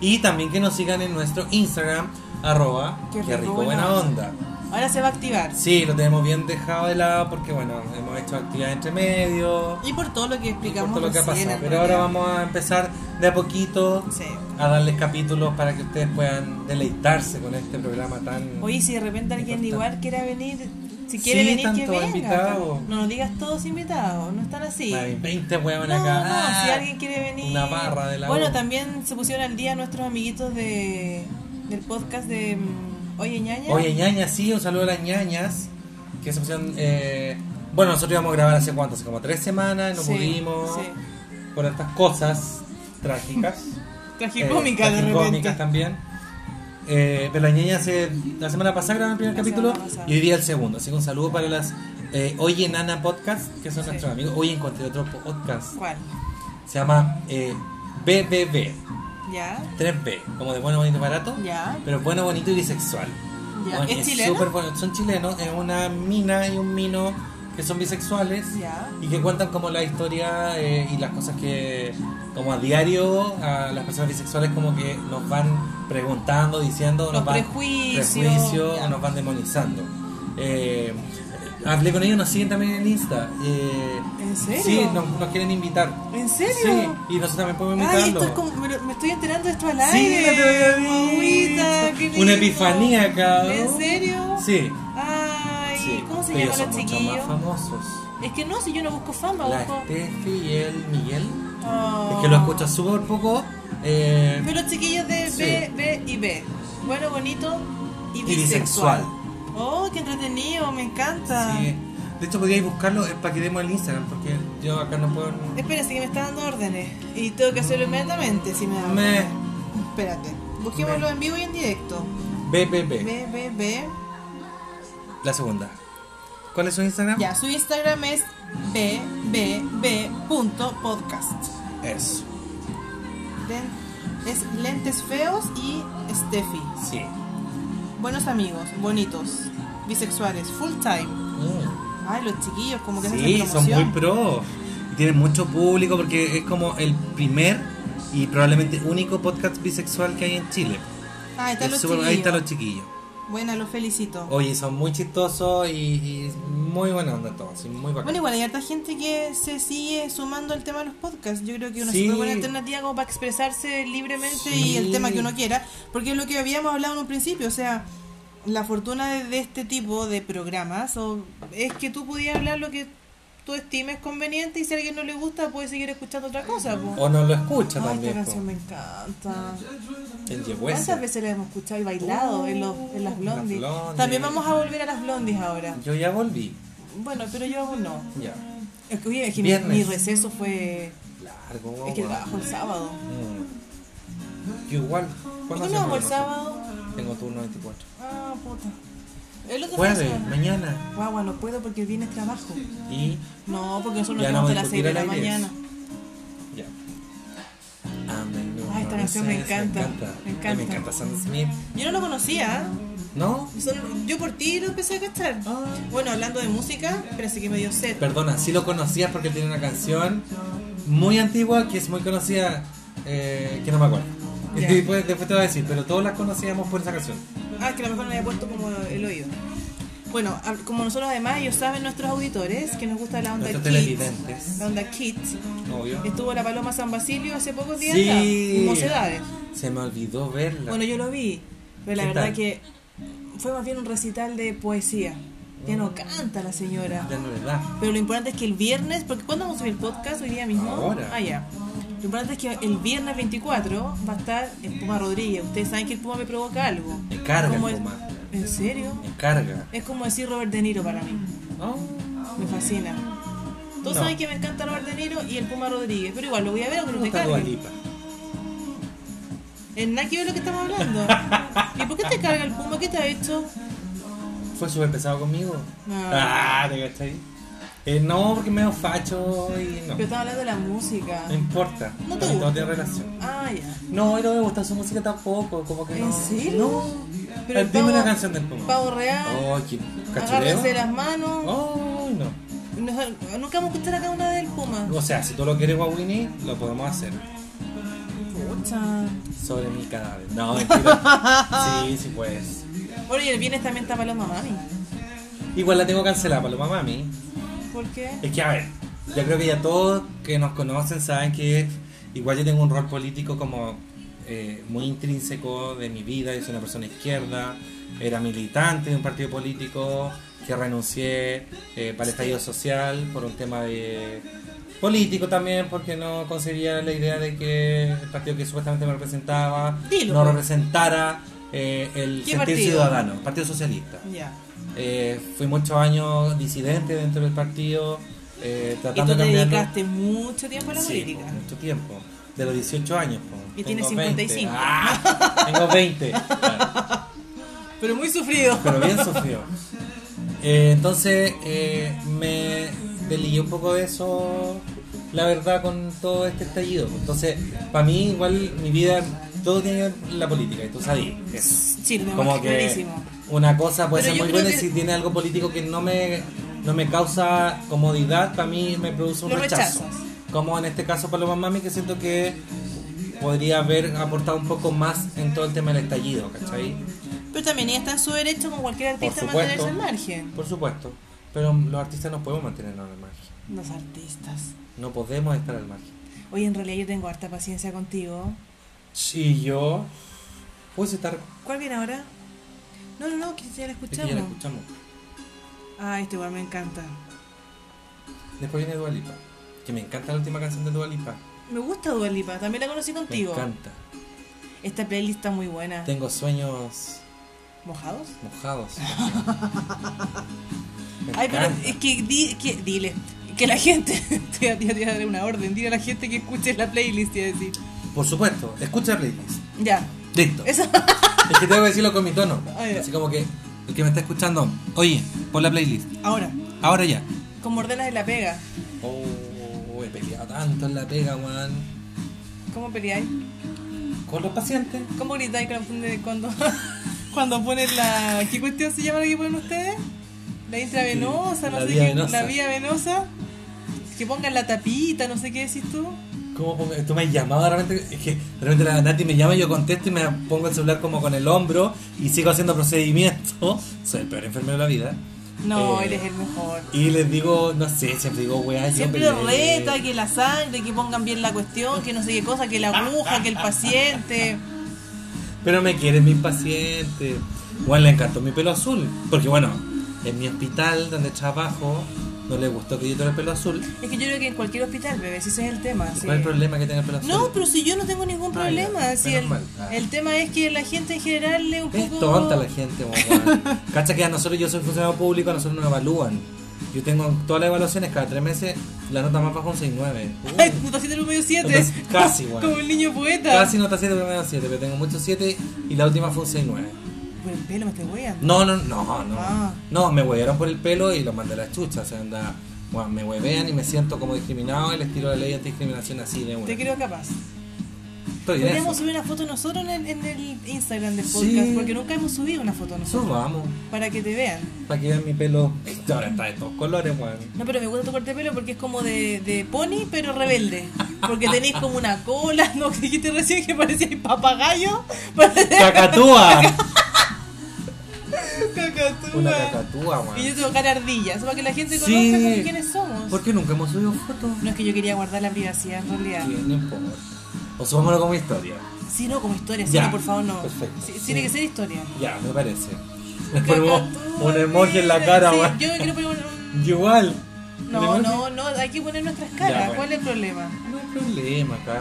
Speaker 2: Y también que nos sigan en nuestro Instagram, arroba, que
Speaker 1: Qué
Speaker 2: rico, buena, onda.
Speaker 1: Ahora se va a activar.
Speaker 2: Sí, lo tenemos bien dejado de lado porque, bueno, hemos hecho actividades entre medio,
Speaker 1: Y por todo lo que
Speaker 2: y por
Speaker 1: explicamos.
Speaker 2: todo lo que ha
Speaker 1: recién,
Speaker 2: pasado.
Speaker 1: en
Speaker 2: Pero ahora
Speaker 1: realidad.
Speaker 2: vamos a empezar de a poquito
Speaker 1: Sí.
Speaker 2: a darles capítulos para que ustedes puedan deleitarse con este programa tan...
Speaker 1: Oye, si de repente alguien de igual quiera venir, si quiere
Speaker 2: Sí,
Speaker 1: venir, que
Speaker 2: tanto
Speaker 1: venga.
Speaker 2: invitado.
Speaker 1: No nos digas todos invitados, no están así.
Speaker 2: Hay 20 huevos
Speaker 1: No,
Speaker 2: acá. Ah,
Speaker 1: no, si alguien quiere venir.
Speaker 2: Una barra de la
Speaker 1: Bueno,
Speaker 2: U.
Speaker 1: también se pusieron al día nuestros amiguitos de, del podcast de mm, Oye Ñaña.
Speaker 2: Oye, ñañas, sí, un saludo a las ñañas. Que se pusieron. eh, bueno, nosotros íbamos a grabar hace cuánto, hace como tres semanas, no
Speaker 1: Sí,
Speaker 2: pudimos.
Speaker 1: sí.
Speaker 2: Por estas cosas
Speaker 1: [laughs]
Speaker 2: trágicas.
Speaker 1: Tragicómica
Speaker 2: eh,
Speaker 1: de repente.
Speaker 2: tragicómicas también. Eh, pero las ñañas eh, la semana pasada grabaron el primer
Speaker 1: La
Speaker 2: capítulo
Speaker 1: semana pasada.
Speaker 2: y hoy día el segundo. Así que un saludo para las eh, Oye Nana Podcast, que son
Speaker 1: Sí.
Speaker 2: nuestros amigos. Hoy encontré otro podcast.
Speaker 1: ¿Cuál?
Speaker 2: Se llama eh, BBB,
Speaker 1: ¿Ya?
Speaker 2: 3B, como de bueno, bonito, barato.
Speaker 1: ¿Ya?
Speaker 2: Pero bueno, bonito y bisexual.
Speaker 1: Ya.
Speaker 2: Bueno,
Speaker 1: ¿Es chileno?
Speaker 2: súper bueno. Son chilenos, es una mina y un mino que son bisexuales
Speaker 1: Ya.
Speaker 2: y que cuentan como la historia eh, y las cosas que como a diario a las personas bisexuales como que nos van preguntando, diciendo,
Speaker 1: Los
Speaker 2: nos van
Speaker 1: prejuicios,
Speaker 2: prejuicios,
Speaker 1: ya.
Speaker 2: nos van demonizando. Eh, hablé con ellos, nos siguen también en Insta. eh,
Speaker 1: ¿En serio?
Speaker 2: Sí, nos, nos quieren invitar.
Speaker 1: ¿En serio?
Speaker 2: Sí, y nosotros también podemos
Speaker 1: Ay,
Speaker 2: invitarlos.
Speaker 1: esto es como, me, lo- me estoy enterando de esto al
Speaker 2: Sí, la
Speaker 1: aire.
Speaker 2: teoría
Speaker 1: Maurita, qué
Speaker 2: Una
Speaker 1: lindo.
Speaker 2: epifanía acá. ¿no?
Speaker 1: ¿En serio?
Speaker 2: Sí.
Speaker 1: Ay,
Speaker 2: sí.
Speaker 1: ¿cómo se
Speaker 2: Pero
Speaker 1: llaman
Speaker 2: son
Speaker 1: los
Speaker 2: mucho
Speaker 1: chiquillos?
Speaker 2: más famosos.
Speaker 1: Es que no, si yo no busco fama,
Speaker 2: La
Speaker 1: busco.
Speaker 2: Estefi y el Miguel.
Speaker 1: Ah.
Speaker 2: Es que lo escucho súper poco. eh,
Speaker 1: Pero los chiquillos de
Speaker 2: Sí.
Speaker 1: B, B y B. Bueno, bonito y
Speaker 2: y bisexual.
Speaker 1: bisexual. Oh, qué entretenido, me encanta.
Speaker 2: Sí. De hecho, podríais buscarlo eh, para que demos el Instagram, porque yo acá no puedo.
Speaker 1: Espera, sí que me está dando órdenes. Y tengo que hacerlo inmediatamente si me da
Speaker 2: Me.
Speaker 1: órdenes. Espérate. Busquémoslo
Speaker 2: Me.
Speaker 1: en vivo y en directo.
Speaker 2: BBB,
Speaker 1: B, B, B.
Speaker 2: la segunda. ¿Cuál es su Instagram?
Speaker 1: Ya, su Instagram es bbb.podcast.
Speaker 2: Eso.
Speaker 1: Len- Es lentes feos y Steffi.
Speaker 2: Sí.
Speaker 1: Buenos amigos, bonitos, bisexuales, full time.
Speaker 2: Mm.
Speaker 1: Ay, los chiquillos, como que se
Speaker 2: Sí,
Speaker 1: hacen
Speaker 2: son muy
Speaker 1: promoción.
Speaker 2: pro. Y tienen mucho público porque es como el primer y probablemente único podcast bisexual que hay en Chile.
Speaker 1: Ah, ahí están
Speaker 2: Es
Speaker 1: los
Speaker 2: súper-
Speaker 1: chiquillos.
Speaker 2: ahí están los chiquillos.
Speaker 1: Bueno, los felicito.
Speaker 2: Oye, son muy chistosos y, y muy buena onda todos. y Muy bacán.
Speaker 1: Bueno, igual hay harta gente que se sigue sumando al tema de los podcasts. Yo creo que una
Speaker 2: Sí.
Speaker 1: súper buena alternativa como para expresarse libremente
Speaker 2: Sí.
Speaker 1: y el tema que uno quiera. Porque es lo que habíamos hablado en un principio, o sea, la fortuna de, de este tipo de programas o, es que tú podías hablar lo que tú estimes conveniente y si a alguien no le gusta puede seguir escuchando otra cosa. po.
Speaker 2: O no lo escucha
Speaker 1: Ay, esta
Speaker 2: también.
Speaker 1: canción me encanta.
Speaker 2: po. El Yehuese.
Speaker 1: ¿Cuántas veces la hemos escuchado y bailado en, los, en las
Speaker 2: Uh, las
Speaker 1: blondies?
Speaker 2: blondies.
Speaker 1: También vamos a volver a las blondies ahora.
Speaker 2: Yo ya volví.
Speaker 1: Bueno, pero yo aún no.
Speaker 2: Ya.
Speaker 1: Es que, oye, es que mi,
Speaker 2: Viernes. Oh,
Speaker 1: mi receso fue.
Speaker 2: Largo,
Speaker 1: Es que
Speaker 2: guau.
Speaker 1: trabajo el sábado.
Speaker 2: Mm. Yo igual.
Speaker 1: ¿Por
Speaker 2: ¿Cuándo
Speaker 1: qué no
Speaker 2: hacemos
Speaker 1: hago el
Speaker 2: nosotros?
Speaker 1: sábado?
Speaker 2: Tengo turno 24.
Speaker 1: Ah, puta. El otro fin de
Speaker 2: Jueves,
Speaker 1: semana.
Speaker 2: mañana.
Speaker 1: Guagua, no puedo porque viene trabajo.
Speaker 2: Y.
Speaker 1: No, porque nosotros
Speaker 2: Ya
Speaker 1: nos vemos
Speaker 2: no vamos
Speaker 1: a
Speaker 2: a
Speaker 1: las 6 de
Speaker 2: discutir
Speaker 1: la
Speaker 2: al aire.
Speaker 1: mañana.
Speaker 2: Ya. Amén, no,
Speaker 1: Ay, esta
Speaker 2: no
Speaker 1: canción me
Speaker 2: sé,
Speaker 1: encanta, me
Speaker 2: Ay,
Speaker 1: encanta.
Speaker 2: me encanta Sam Smith.
Speaker 1: Yo no lo conocía.
Speaker 2: ¿No?
Speaker 1: Son- Yo por ti lo empecé a cachar.
Speaker 2: Ah.
Speaker 1: Bueno, hablando de música, pero sí que me dio sed.
Speaker 2: Perdona, sí lo conocías porque tiene una canción muy antigua que es muy conocida, eh, que no me acuerdo.
Speaker 1: Ya.
Speaker 2: [laughs] Después, después te voy a decir, pero todos las conocíamos por esa canción.
Speaker 1: Ah, que a lo mejor no le había puesto como el oído. Bueno, a- como nosotros además, ellos saben nuestros auditores que nos gusta la onda
Speaker 2: Nuestros
Speaker 1: kids.
Speaker 2: televidentes.
Speaker 1: La onda kids.
Speaker 2: Obvio.
Speaker 1: Estuvo la Paloma San Basilio hace pocos días.
Speaker 2: Sí.
Speaker 1: acá, Mocedades.
Speaker 2: Se me olvidó verla.
Speaker 1: Bueno, yo lo vi, pero la
Speaker 2: ¿Qué
Speaker 1: verdad
Speaker 2: tal?
Speaker 1: que fue más bien un recital de poesía. Ya no canta la señora.
Speaker 2: Ya no le da.
Speaker 1: Pero lo importante es que el viernes, porque ¿cuándo vamos a subir el podcast? Hoy día mismo.
Speaker 2: Ahora.
Speaker 1: Ah, ya. Lo importante es que el viernes 24 va a estar el Puma Rodríguez. Ustedes saben que el Puma me provoca algo.
Speaker 2: Me carga el
Speaker 1: Como
Speaker 2: Puma.
Speaker 1: ¿En serio?
Speaker 2: Me carga.
Speaker 1: Es como decir Robert De Niro para mí.
Speaker 2: No.
Speaker 1: Me fascina. Todos
Speaker 2: No.
Speaker 1: saben que me encanta Robert De Niro y el Puma Rodríguez. Pero igual lo voy a ver aunque
Speaker 2: Me
Speaker 1: no te
Speaker 2: gusta Ah, Dua
Speaker 1: cargue.
Speaker 2: Lipa.
Speaker 1: En nada que ver lo que estamos
Speaker 2: [laughs]
Speaker 1: hablando. ¿Y por qué te carga el Puma? ¿Qué te ha hecho?
Speaker 2: Fue súper pesado conmigo.
Speaker 1: Ah.
Speaker 2: Ah, te gasté. Eh, no, porque me veo facho y no.
Speaker 1: Pero estaba hablando de la música.
Speaker 2: No importa.
Speaker 1: No te
Speaker 2: No
Speaker 1: gusta.
Speaker 2: tiene relación.
Speaker 1: Ah, ya.
Speaker 2: No, y no me gusta su música tampoco. Como que
Speaker 1: ¿En
Speaker 2: no.
Speaker 1: serio?
Speaker 2: No.
Speaker 1: Pero
Speaker 2: Eh,
Speaker 1: el
Speaker 2: Dime
Speaker 1: pavo-
Speaker 2: una canción del Puma.
Speaker 1: Pavo real.
Speaker 2: Oh, qué
Speaker 1: agárrense
Speaker 2: cachureo.
Speaker 1: las manos.
Speaker 2: Oh, no.
Speaker 1: Nos- nunca vamos a escuchar acá una del Puma.
Speaker 2: O sea, si tú lo quieres, Wawini, lo podemos hacer.
Speaker 1: Pucha.
Speaker 2: Sobre mi cadáver. No, mentira. sí, sí, pues.
Speaker 1: Bueno, y el viernes también está Paloma Mami.
Speaker 2: Igual la tengo cancelada, Paloma Mami.
Speaker 1: ¿Por qué?
Speaker 2: Es que, a ver, yo creo que ya todos que nos conocen saben que igual yo tengo un rol político como eh, muy intrínseco de mi vida. Yo soy una persona izquierda, era militante de un partido político que renuncié eh, para el estallido social por un tema de político también porque no concebía la idea de que el partido que supuestamente me representaba
Speaker 1: Dilo,
Speaker 2: no
Speaker 1: pues.
Speaker 2: representara eh, el
Speaker 1: ¿Qué
Speaker 2: sentir
Speaker 1: partido?
Speaker 2: ciudadano, Partido Socialista.
Speaker 1: Ya.
Speaker 2: Eh, fui muchos años disidente dentro del partido, eh,
Speaker 1: Y
Speaker 2: tratando
Speaker 1: tú te
Speaker 2: de cambiarlo.
Speaker 1: dedicaste mucho tiempo a la
Speaker 2: Sí,
Speaker 1: política.
Speaker 2: por mucho tiempo. De los 18 años. po.
Speaker 1: Y tienes
Speaker 2: Tengo
Speaker 1: 55.
Speaker 2: ¡Ah! tengo
Speaker 1: [laughs]
Speaker 2: 20. Claro,
Speaker 1: Pero muy
Speaker 2: [laughs]
Speaker 1: sufrido.
Speaker 2: pero bien sufrido. Eh, entonces eh, me deligué un poco de eso, la verdad, con todo este estallido. Entonces, para mí, igual mi vida, todo tiene que ver con la política, y tú sabes. eso.
Speaker 1: Sí, lo tengo
Speaker 2: Como
Speaker 1: más
Speaker 2: que
Speaker 1: clarísimo.
Speaker 2: una cosa puede
Speaker 1: Pero
Speaker 2: ser
Speaker 1: yo
Speaker 2: muy
Speaker 1: creo
Speaker 2: buena y
Speaker 1: que-
Speaker 2: si tiene algo político que no me, no me causa comodidad, para mí me produce un
Speaker 1: Lo
Speaker 2: rechazo.
Speaker 1: rechazas.
Speaker 2: Como en este caso Paloma Mami, que siento que podría haber aportado un poco más en todo el tema del estallido, ¿cachai?
Speaker 1: Pero también ella está en su derecho como cualquier
Speaker 2: Por
Speaker 1: artista a
Speaker 2: supuesto.
Speaker 1: mantenerse al margen.
Speaker 2: Por supuesto. Pero los artistas no podemos mantenernos al margen.
Speaker 1: Los artistas.
Speaker 2: No podemos estar al margen.
Speaker 1: Oye, en realidad yo tengo harta paciencia contigo.
Speaker 2: Y yo... Uy, se está...
Speaker 1: ¿Cuál viene ahora? No, no, no, que ya la
Speaker 2: Es que
Speaker 1: escuchamos.
Speaker 2: ya la escuchamos.
Speaker 1: Ah, este igual me encanta.
Speaker 2: Después viene Dua Lipa. Que me encanta la última canción de Dua Lipa.
Speaker 1: Me gusta Dua Lipa, también la conocí
Speaker 2: Me
Speaker 1: contigo.
Speaker 2: encanta.
Speaker 1: Esta playlist está muy buena.
Speaker 2: Tengo sueños
Speaker 1: ¿Mojados?
Speaker 2: mojados.
Speaker 1: [laughs]
Speaker 2: Me
Speaker 1: Ay, pero
Speaker 2: encanta.
Speaker 1: es que, di- que- dile, que la gente, [laughs] te, voy a- te voy a dar una orden, dile a la gente que escuche la playlist y decir,
Speaker 2: Por supuesto, escucha la playlist.
Speaker 1: ya,
Speaker 2: Listo.
Speaker 1: eso,
Speaker 2: Es que tengo que decirlo con mi
Speaker 1: [laughs]
Speaker 2: tono.
Speaker 1: Ah, ya.
Speaker 2: Así como que el que me está escuchando, oye, pon la playlist.
Speaker 1: [laughs] ahora,
Speaker 2: Ahora ya.
Speaker 1: con ordenas de la pega,
Speaker 2: Oh, he peleado tanto en la pega, weón.
Speaker 1: ¿cómo peleáis?
Speaker 2: Con los pacientes.
Speaker 1: ¿Cómo gritáis cuando, cuando, [laughs] cuando ponen la, qué cuestión se llama la que ponen ustedes? La intravenosa, no
Speaker 2: La
Speaker 1: sé
Speaker 2: vía
Speaker 1: qué,
Speaker 2: venosa.
Speaker 1: la vía venosa, que pongan la tapita, no sé qué decís tú.
Speaker 2: ¿Cómo pongo? Tú me has llamado de repente. Es que de repente la Nati me llama y yo contesto y me pongo el celular como con el hombro y sigo haciendo procedimientos. [laughs] Soy el peor enfermero de la vida.
Speaker 1: No,
Speaker 2: Eh,
Speaker 1: él es el mejor.
Speaker 2: Y les digo, no sé, siempre digo, weá, yo
Speaker 1: Siempre
Speaker 2: peleé.
Speaker 1: reta que la sangre, que pongan bien la cuestión, que no sé qué cosa, que la aguja, que el paciente.
Speaker 2: Pero me quieren mis pacientes. Bueno, le encantó mi pelo azul. Porque bueno, en mi hospital donde trabajo, no le gustó que yo tuviera el pelo azul.
Speaker 1: Es que yo creo que en cualquier hospital, bebé, si ese es el tema. sí.
Speaker 2: ¿Cuál es el problema que tenga el pelo azul?
Speaker 1: No, pero si yo no tengo ningún
Speaker 2: Ah,
Speaker 1: problema.
Speaker 2: ya,
Speaker 1: si
Speaker 2: menos
Speaker 1: el,
Speaker 2: mal. Ah.
Speaker 1: el tema es que la gente en general le un
Speaker 2: Es
Speaker 1: poco.
Speaker 2: tonta la
Speaker 1: [laughs]
Speaker 2: gente, weón. Cacha que a nosotros, yo soy funcionario público, a nosotros nos evalúan. Yo tengo todas las evaluaciones cada tres meses, la nota más baja un 6.9.
Speaker 1: [laughs] Ay,
Speaker 2: Uh,
Speaker 1: puta, siete por medio siete. [laughs]
Speaker 2: Entonces, casi, weón.
Speaker 1: Como el niño poeta.
Speaker 2: Casi nota 7, pero 7, pero tengo muchos 7 y la última fue un 6.9.
Speaker 1: Por el pelo me estoy weando.
Speaker 2: No, no, no, no.
Speaker 1: Ah.
Speaker 2: No, me huevearon por el pelo y lo mandé a la chucha. O sea, anda, bueno, me huevean y me siento como discriminado y les tiro la ley de antidiscriminación así de
Speaker 1: Te
Speaker 2: bueno.
Speaker 1: creo capaz.
Speaker 2: Estoy en
Speaker 1: Podríamos
Speaker 2: eso.
Speaker 1: subir una foto nosotros en el, en el Instagram del
Speaker 2: Sí.
Speaker 1: podcast, porque nunca hemos subido una foto nosotros.
Speaker 2: Subamos,
Speaker 1: Para que te vean.
Speaker 2: para que vean mi pelo. [laughs] Ahora está de todos colores,
Speaker 1: [laughs]
Speaker 2: weón.
Speaker 1: No, pero me gusta tu corte de pelo porque es como de, de pony, pero rebelde. Porque tenés como una cola, [laughs] ¿no? Que dijiste recién que parecía papagayo. [laughs] Parecía
Speaker 2: ¡Cacatúa!
Speaker 1: cacatúa.
Speaker 2: Una cacatúa, weón.
Speaker 1: Y yo tengo cara ardilla, eso para que la gente
Speaker 2: Sí.
Speaker 1: conozca como quiénes somos.
Speaker 2: ¿Por qué nunca hemos subido fotos?
Speaker 1: No es que yo quería guardar la privacidad en realidad.
Speaker 2: Sí, no importa. O subámoslo como historia.
Speaker 1: Si no, como historia, si
Speaker 2: Ya.
Speaker 1: no, por favor, no.
Speaker 2: Perfecto.
Speaker 1: Sí,
Speaker 2: Sí.
Speaker 1: Tiene que ser historia.
Speaker 2: Ya, me parece. Le ponemos
Speaker 1: Cacatúa,
Speaker 2: [laughs] un emoji en la
Speaker 1: mira.
Speaker 2: cara,
Speaker 1: Sí,
Speaker 2: weón.
Speaker 1: Yo me quiero poner un.
Speaker 2: Igual. Un
Speaker 1: No,
Speaker 2: emoji.
Speaker 1: no, no, hay que poner nuestras
Speaker 2: Ya,
Speaker 1: caras.
Speaker 2: bueno.
Speaker 1: ¿Cuál es el problema?
Speaker 2: No hay problema acá.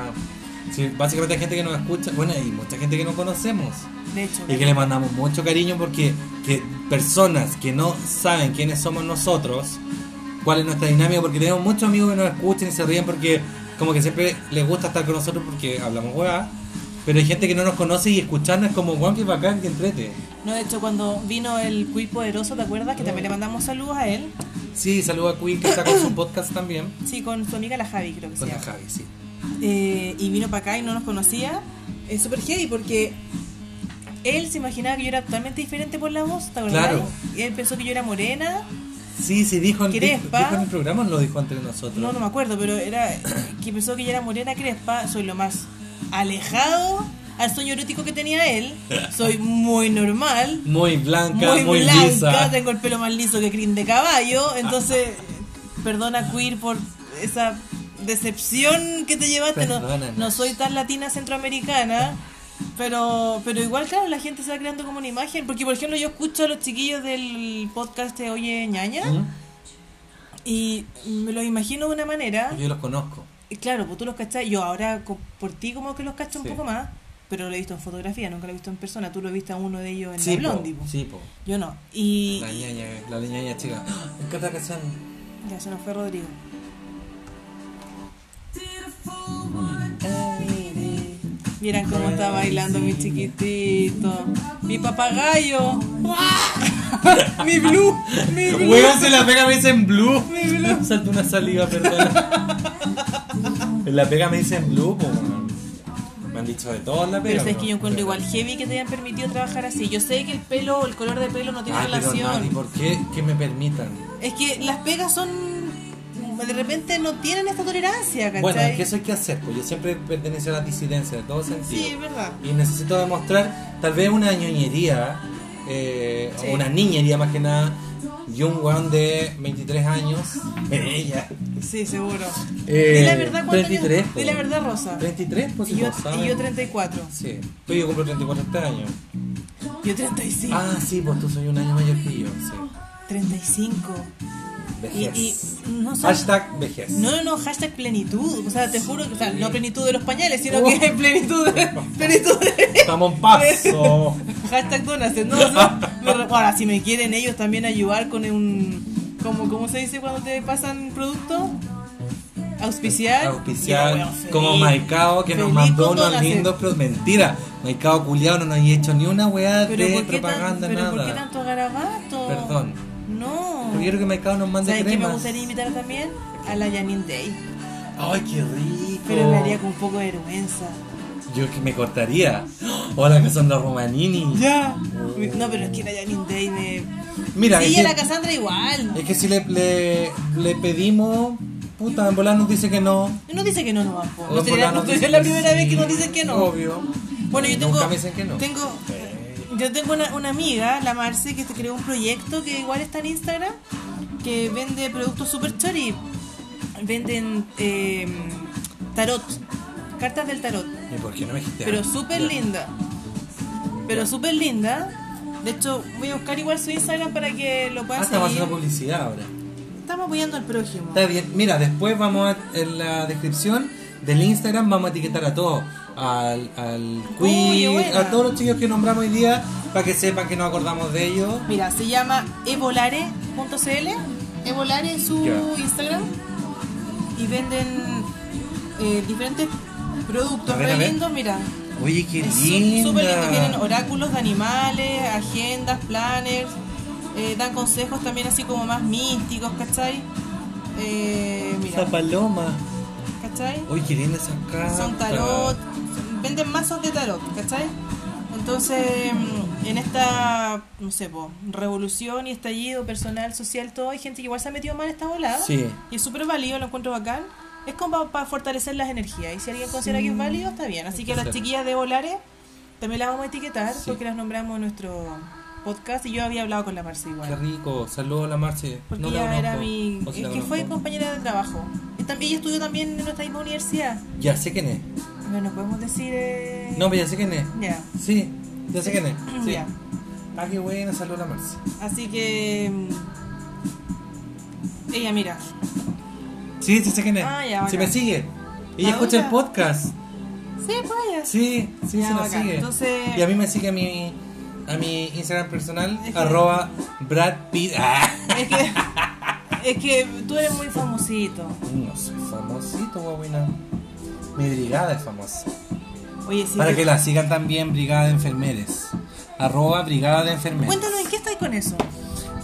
Speaker 2: Sí, básicamente hay gente que nos escucha, bueno, y mucha gente que no conocemos.
Speaker 1: De hecho,
Speaker 2: Y que le mandamos mucho cariño porque que personas que no saben quiénes somos nosotros, cuál es nuestra dinámica, porque tenemos muchos amigos que nos escuchan y se ríen porque como que siempre les gusta estar con nosotros porque hablamos hueá, pero hay gente que no nos conoce y escuchando es como, guau, que bacán, que entrete.
Speaker 1: No, de hecho, cuando vino el Cuy Poderoso, ¿te acuerdas? Que también le
Speaker 2: Eh.
Speaker 1: mandamos saludos a él.
Speaker 2: Sí, saludo a Queen que está con su podcast también.
Speaker 1: Sí, con su amiga la Javi, creo que se
Speaker 2: Con la
Speaker 1: llama.
Speaker 2: Javi, sí.
Speaker 1: Eh, y vino para acá y no nos conocía. Es súper heavy porque él se imaginaba que yo era totalmente diferente por la voz, ¿te acuerdas?
Speaker 2: Claro.
Speaker 1: Y él pensó que yo era morena.
Speaker 2: Sí, sí, dijo en, dijo,
Speaker 1: ¿Crespa?
Speaker 2: dijo en el programa, o lo dijo entre nosotros.
Speaker 1: No, no me acuerdo, pero era que pensó que yo era morena crespa. Soy lo más alejado al sueño erótico que tenía él. Soy muy normal.
Speaker 2: Muy blanca, muy,
Speaker 1: blanca,
Speaker 2: lisa.
Speaker 1: tengo el pelo más liso que crin de caballo, entonces perdona queer por esa decepción que te llevaste, no,
Speaker 2: Perdónanos.
Speaker 1: no soy tan latina centroamericana, pero pero igual claro, la gente se va creando como una imagen, porque por ejemplo yo escucho a los chiquillos del podcast de Oye Ñaña
Speaker 2: ¿Mm?
Speaker 1: y me los imagino de una manera,
Speaker 2: Yo los conozco.
Speaker 1: y claro, pues tú los cachas, yo ahora co- por ti como que los cacho
Speaker 2: Sí.
Speaker 1: un poco más, pero lo he visto en fotografía, nunca lo he visto en persona, tú lo viste a uno de ellos en
Speaker 2: Sí,
Speaker 1: la Blondie,
Speaker 2: po,
Speaker 1: po.
Speaker 2: sí, po.
Speaker 1: yo no, y,
Speaker 2: La ñaña, la ñaña chica. ¡Ah! Me encanta la canción.
Speaker 1: Ya se nos fue Rodrigo. Miren cómo está bailando mi chiquitito. Mi
Speaker 2: [laughs]
Speaker 1: papagayo. ¡Guau! mi blue. Mi blue.
Speaker 2: Weón se la pega me dicen
Speaker 1: [laughs]
Speaker 2: blue.
Speaker 1: Mi
Speaker 2: [laughs]
Speaker 1: blue.
Speaker 2: Salto una saliva, perdón. En la pega me dicen blue, po, weón. Me han dicho de todo en la pega.
Speaker 1: Pero sabes
Speaker 2: po.
Speaker 1: que yo encuentro igual heavy que te hayan permitido trabajar así. Yo sé que el pelo, el color de pelo no tiene
Speaker 2: Ay, Ah, pero
Speaker 1: relación.
Speaker 2: Nani, ¿por qué que me permitan?
Speaker 1: Es que las pegas son. De repente no tienen esta tolerancia, ¿cachai?
Speaker 2: Bueno, es que eso hay que hacer, pues yo siempre pertenecía a la disidencia de todo sentido.
Speaker 1: Sí, es verdad.
Speaker 2: y necesito demostrar tal vez una ñoñería, eh,
Speaker 1: Sí.
Speaker 2: o una niñería más que nada, y un weón de 23 años,
Speaker 1: [laughs]
Speaker 2: ella,
Speaker 1: Sí, seguro.
Speaker 2: Eh,
Speaker 1: Di la verdad, ¿cuántos
Speaker 2: 33,
Speaker 1: años? Di la
Speaker 2: po.
Speaker 1: verdad, Rosa.
Speaker 2: 33, pues
Speaker 1: Y
Speaker 2: si
Speaker 1: yo,
Speaker 2: no saben.
Speaker 1: y yo 34.
Speaker 2: Sí, tú yo cumplo 34 este año.
Speaker 1: Yo 35.
Speaker 2: Ah, sí, pues tú soy un año mayor que yo, sí.
Speaker 1: 35. Y,
Speaker 2: Vejez.
Speaker 1: y no son-
Speaker 2: Hashtag vejez.
Speaker 1: No, no, no, hashtag plenitud. O sea, te juro que, o sea, no plenitud de los pañales, sino
Speaker 2: Oh.
Speaker 1: que [laughs] es plenitud
Speaker 2: [laughs]
Speaker 1: de. plenitud de-
Speaker 2: Estamos en
Speaker 1: [laughs]
Speaker 2: paso.
Speaker 1: hashtag donas. No, no. me re- Ahora, si me quieren ellos también ayudar con un. Como, ¿Cómo se dice cuando te pasan producto? Auspiciar.
Speaker 2: Auspicial,
Speaker 1: Ya, weón, feliz.
Speaker 2: como Maicao que nos
Speaker 1: Feliz
Speaker 2: mandó
Speaker 1: con
Speaker 2: unos
Speaker 1: donas, eh.
Speaker 2: lindos pero Mentira, Maicao culiado no nos ha hecho ni una weá
Speaker 1: Pero,
Speaker 2: de
Speaker 1: ¿por qué, tan,
Speaker 2: propaganda,
Speaker 1: pero
Speaker 2: nada.
Speaker 1: ¿por qué tanto garabato?
Speaker 2: Perdón.
Speaker 1: No.
Speaker 2: Yo quiero que Mercado nos mande
Speaker 1: ¿Sabes qué me
Speaker 2: cremas.
Speaker 1: gustaría invitar también? A la Janine Day.
Speaker 2: Ay, qué rico.
Speaker 1: Pero me haría con un poco de vergüenza.
Speaker 2: Yo que me cortaría. Hola, Cassandra Romanini.
Speaker 1: Ya. No, pero es que la Janine Day me.
Speaker 2: Mira,
Speaker 1: Sí,
Speaker 2: es
Speaker 1: y a
Speaker 2: que-
Speaker 1: la Cassandra igual.
Speaker 2: Es que si le, le, le pedimos, puta, en volar nos dice que no.
Speaker 1: No dice que no, no va. po.
Speaker 2: O
Speaker 1: No
Speaker 2: en
Speaker 1: sería-
Speaker 2: volar nos
Speaker 1: no
Speaker 2: dice
Speaker 1: sería la primera
Speaker 2: sí.
Speaker 1: vez que nos dicen que no.
Speaker 2: Obvio.
Speaker 1: Bueno, yo tengo.
Speaker 2: Nunca me dicen que no.
Speaker 1: Tengo.
Speaker 2: Eh.
Speaker 1: Yo tengo una, una amiga, la Marce, que este creó un proyecto que igual está en Instagram, que vende productos super chori. Venden eh, tarot, cartas del tarot,
Speaker 2: ¿Y por qué no me dijiste?
Speaker 1: pero
Speaker 2: antes?
Speaker 1: súper
Speaker 2: Ya.
Speaker 1: linda. Pero súper linda. De hecho, voy a buscar igual su Instagram para que lo
Speaker 2: Ah,
Speaker 1: puedan
Speaker 2: estamos
Speaker 1: seguir.
Speaker 2: haciendo publicidad ahora.
Speaker 1: Estamos apoyando al prójimo.
Speaker 2: Está bien. Mira, después vamos a- en la descripción del Instagram, vamos a etiquetar a todos. Al, al
Speaker 1: Uy,
Speaker 2: quiz,
Speaker 1: buena.
Speaker 2: a todos los chicos que nombramos hoy día, para que sepan que nos acordamos de ellos.
Speaker 1: Mira, se llama evolare.cl. Evolare es su
Speaker 2: Ya.
Speaker 1: Instagram. Y venden eh, diferentes productos
Speaker 2: A ver,
Speaker 1: re
Speaker 2: a ver.
Speaker 1: lindos, mira.
Speaker 2: Oye, qué
Speaker 1: Es su-
Speaker 2: linda.
Speaker 1: súper lindo. Tienen oráculos de animales, agendas, planners. eh, dan consejos también así como más místicos, ¿cachai? Eh, mira,
Speaker 2: Esa paloma.
Speaker 1: ¿cachai?
Speaker 2: Oye, qué linda esa carta.
Speaker 1: son tarot, son- venden mazos de tarot, ¿cachai? Entonces, mm, en esta, no sé, po, revolución y estallido personal, social, todo, hay gente que igual se ha metido mal en esta volada.
Speaker 2: Sí.
Speaker 1: Y es súper válido, lo encuentro bacán. Es como para fortalecer las energías. Y si alguien considera que es válido, está bien. Así que a las
Speaker 2: Exacto.
Speaker 1: chiquillas de Volare también las vamos a etiquetar
Speaker 2: Sí.
Speaker 1: porque las nombramos en nuestro podcast. Y yo había hablado con la Marcia igual.
Speaker 2: Qué rico. Saludos a la Marce.
Speaker 1: Porque
Speaker 2: No la
Speaker 1: ella era
Speaker 2: conozco.
Speaker 1: mi.
Speaker 2: O si la
Speaker 1: es que fue
Speaker 2: conozco.
Speaker 1: compañera de trabajo. Y también ella estudió también en nuestra misma universidad.
Speaker 2: Ya sé quién es.
Speaker 1: No nos podemos decir. eh,
Speaker 2: No, pero ya sé quién es.
Speaker 1: Ya.
Speaker 2: Sí, ya sé
Speaker 1: [clears throat]
Speaker 2: quién es. Sí.
Speaker 1: Ya.
Speaker 2: Ah, qué buena. Saludos a la Marce.
Speaker 1: Así que. mm, Ella, mira.
Speaker 2: Sí, sí sé quién es.
Speaker 1: Ah, ya,
Speaker 2: si
Speaker 1: bacán.
Speaker 2: me sigue.
Speaker 1: ¿La
Speaker 2: Ella escucha el
Speaker 1: dura?
Speaker 2: podcast.
Speaker 1: Sí, pues vaya.
Speaker 2: Sí, sí,
Speaker 1: Ya,
Speaker 2: sí nos
Speaker 1: bacán.
Speaker 2: sigue.
Speaker 1: Entonces-
Speaker 2: Y a mí me sigue a mi, a mi Instagram personal,
Speaker 1: Es que-
Speaker 2: arroba Brad Pitt. Ah.
Speaker 1: Es que. Es que tú eres muy famosito.
Speaker 2: No soy famosito, guabuena. Mi brigada es famosa.
Speaker 1: Oye, sí.
Speaker 2: Para
Speaker 1: yo-
Speaker 2: que la sigan también, Brigada de Enfermeres. Arroba Brigada de Enfermeres.
Speaker 1: Cuéntanos, ¿en qué estás con eso?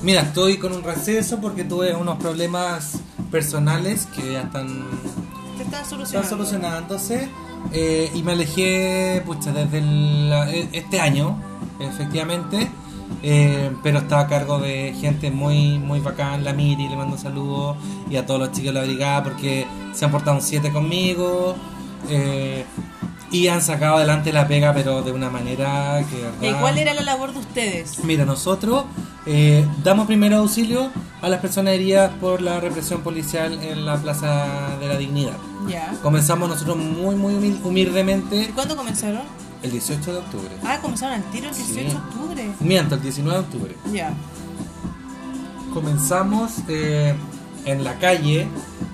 Speaker 2: Mira, estoy con un receso porque tuve unos problemas personales que ya están,
Speaker 1: Te estás
Speaker 2: están
Speaker 1: solucionando.
Speaker 2: solucionándose. eh, y me alejé, pucha, desde el- eh, este año, efectivamente. eh, pero estaba a cargo de gente muy muy bacán, la Miri, le mando saludos. Y a todos los chicos de la brigada porque se han portado un 7 conmigo. eh, y han sacado adelante la pega, pero de una manera que... de
Speaker 1: ¿Y
Speaker 2: verdad-
Speaker 1: Eh, cuál era la labor de ustedes?
Speaker 2: Mira, nosotros eh, damos primer auxilio a las personas heridas por la represión policial en la Plaza de la Dignidad.
Speaker 1: Ya.
Speaker 2: Comenzamos nosotros muy, muy
Speaker 1: ¿Y
Speaker 2: humil- humildemente
Speaker 1: cuándo comenzaron?
Speaker 2: el 18 de octubre.
Speaker 1: Ah, comenzaron al tiro el
Speaker 2: Sí.
Speaker 1: 18 de octubre.
Speaker 2: Miento, el 19 de octubre.
Speaker 1: Ya.
Speaker 2: Comenzamos eh, en la calle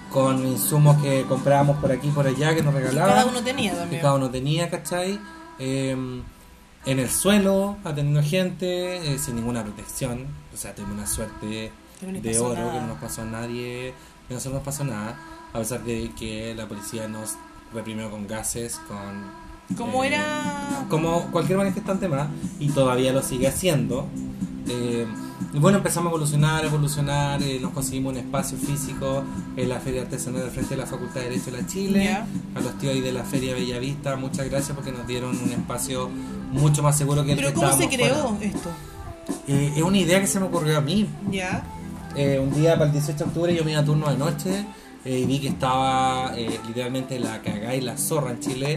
Speaker 2: con insumos que comprábamos por aquí y por allá, que nos regalaban.
Speaker 1: Cada uno tenía
Speaker 2: que
Speaker 1: también.
Speaker 2: cada uno tenía, ¿cachai? Eh, en el suelo, atendiendo gente, eh, sin ninguna protección. O sea, tuvimos una suerte
Speaker 1: Que no les
Speaker 2: de
Speaker 1: pasó
Speaker 2: oro
Speaker 1: nada.
Speaker 2: que no nos pasó a nadie, que a nosotros no nos pasó nada, a pesar de que la policía nos reprimió con gases, con...
Speaker 1: ¿Cómo
Speaker 2: eh,
Speaker 1: era?
Speaker 2: Como cualquier manifestante más, y todavía lo sigue haciendo. Eh, Y bueno, empezamos a evolucionar, evolucionar, eh, nos conseguimos un espacio físico en la Feria Artesanal del frente de la Facultad de Derecho de la Chile.
Speaker 1: Ya.
Speaker 2: A los tíos ahí de la Feria Bellavista, muchas gracias porque nos dieron un espacio mucho más seguro que el
Speaker 1: Pero
Speaker 2: que
Speaker 1: ¿cómo se
Speaker 2: estábamos
Speaker 1: creó
Speaker 2: fuera.
Speaker 1: esto?
Speaker 2: Eh, es una idea que se me ocurrió a mí.
Speaker 1: Ya.
Speaker 2: Eh, un día para el 18 de octubre yo me iba a turno de noche eh, y vi que estaba eh, literalmente la cagá y la zorra en Chile.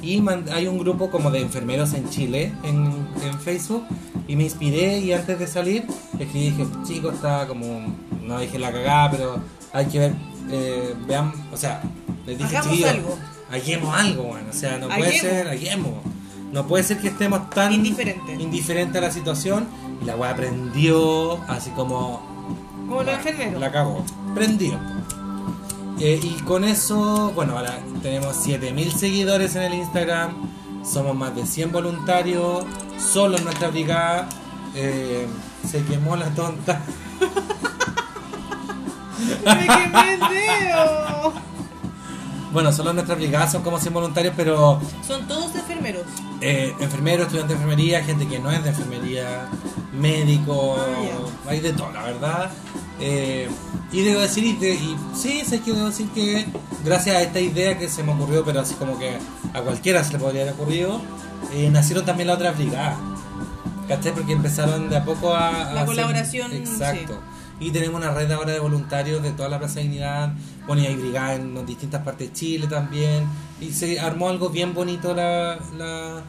Speaker 2: Y man- hay un grupo como de enfermeros en Chile en, en Facebook. Y me inspiré y antes de salir escribí, dije, chicos, está como, un- no dije la cagá, pero hay que ver, eh, vean, o sea, les dije,
Speaker 1: Hagamos
Speaker 2: "Chiquillos,
Speaker 1: algo".
Speaker 2: Hagamos algo, bueno, o sea, no puede
Speaker 1: Hagamos.
Speaker 2: ser, hagamos. No puede ser que estemos tan
Speaker 1: Indiferentes.
Speaker 2: indiferente a la situación. Y la weá aprendió, así como
Speaker 1: Como los
Speaker 2: la-
Speaker 1: enfermeros.
Speaker 2: La cagó. Prendió. Eh, y con eso, bueno, ahora tenemos 7000 seguidores en el Instagram. Somos más de 100 voluntarios. Solo en nuestra brigada. eh, se quemó la tonta. [laughs]
Speaker 1: ¡Me quemé el dedo!
Speaker 2: Bueno, solo en nuestra brigada son como 100 voluntarios, pero
Speaker 1: Son todos enfermeros.
Speaker 2: eh, enfermeros, estudiantes de enfermería, gente que no es de enfermería, médico,
Speaker 1: Ah,
Speaker 2: hay de todo, la verdad. Eh, y debo decir, y, de- y sí, sé que debo decir que gracias a esta idea que se me ocurrió, pero así como que a cualquiera se le podría haber ocurrido, eh, nacieron también las otras brigadas. ¿Cachai? Porque empezaron de a poco a... a
Speaker 1: La
Speaker 2: hacer-
Speaker 1: colaboración,
Speaker 2: Exacto. Y tenemos una red ahora de voluntarios de toda la Plaza Dignidad. Bueno, y hay brigadas en distintas partes de Chile también. Y se armó algo bien bonito la, la,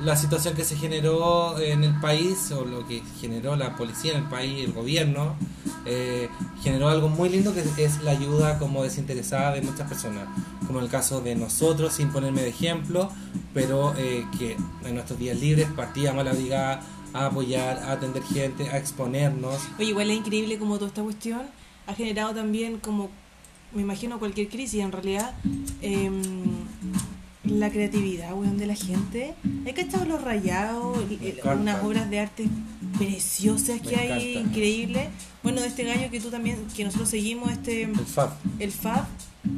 Speaker 2: la situación que se generó en el país, o lo que generó la policía en el país, el gobierno. eh, generó algo muy lindo que es la ayuda como desinteresada de muchas personas. Como el caso de nosotros, sin ponerme de ejemplo, pero eh, que en nuestros días libres partíamos a la brigada a apoyar, a atender gente, a exponernos.
Speaker 1: Oye, igual es increíble como toda esta cuestión ha generado también como, me imagino, cualquier crisis en realidad, em, la creatividad, weón, de la gente. Hay cachado los rayados, el- el-
Speaker 2: encanta.
Speaker 1: unas obras de arte preciosas que
Speaker 2: Me
Speaker 1: hay,
Speaker 2: encanta.
Speaker 1: increíbles. Bueno, de este gallo que tú también, que nosotros seguimos, este,
Speaker 2: El FAP.
Speaker 1: el FAB,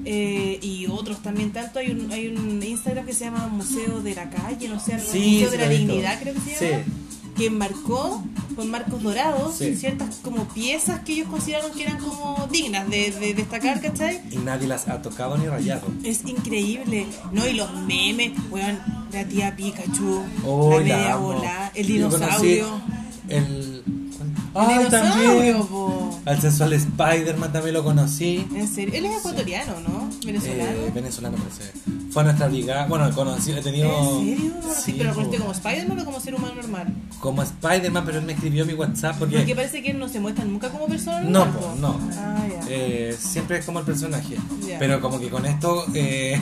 Speaker 1: eh, y otros también tanto. Hay un, hay un Instagram que se llama Museo de la Calle, no sé, algo,
Speaker 2: Sí,
Speaker 1: Museo de
Speaker 2: sí lo
Speaker 1: la
Speaker 2: he visto.
Speaker 1: Dignidad, creo que se llama
Speaker 2: Sí.
Speaker 1: que marcó con marcos dorados
Speaker 2: Sí.
Speaker 1: ciertas como piezas que ellos consideraron que eran como dignas de, de destacar, ¿cachai?
Speaker 2: Y nadie las ha tocado ni rayado.
Speaker 1: Es increíble, ¿no? Y los memes, weón, la tía Pikachu,
Speaker 2: Oh,
Speaker 1: la
Speaker 2: la
Speaker 1: media
Speaker 2: amo.
Speaker 1: bola, el
Speaker 2: Yo
Speaker 1: dinosaurio.
Speaker 2: conocí El.
Speaker 1: El
Speaker 2: ¡Ay,
Speaker 1: dinosaurio,
Speaker 2: también!
Speaker 1: po.
Speaker 2: Al sensual Spider-Man también lo conocí.
Speaker 1: En serio, él es ecuatoriano, ¿no? Venezolano.
Speaker 2: Eh, venezolano parece. Fue a nuestra brigada. Bueno, conocí, he tenido.
Speaker 1: ¿En serio? Sí, pero lo
Speaker 2: po.
Speaker 1: conociste como Spider-Man o como ser humano normal.
Speaker 2: Como Spider-Man, pero él me escribió mi WhatsApp
Speaker 1: Porque
Speaker 2: porque.
Speaker 1: parece que no se muestran nunca como personas.
Speaker 2: No,
Speaker 1: normales,
Speaker 2: po,
Speaker 1: po.
Speaker 2: no.
Speaker 1: Ah, ya.
Speaker 2: eh, siempre es como el personaje.
Speaker 1: Ya.
Speaker 2: Pero como que con esto, eh,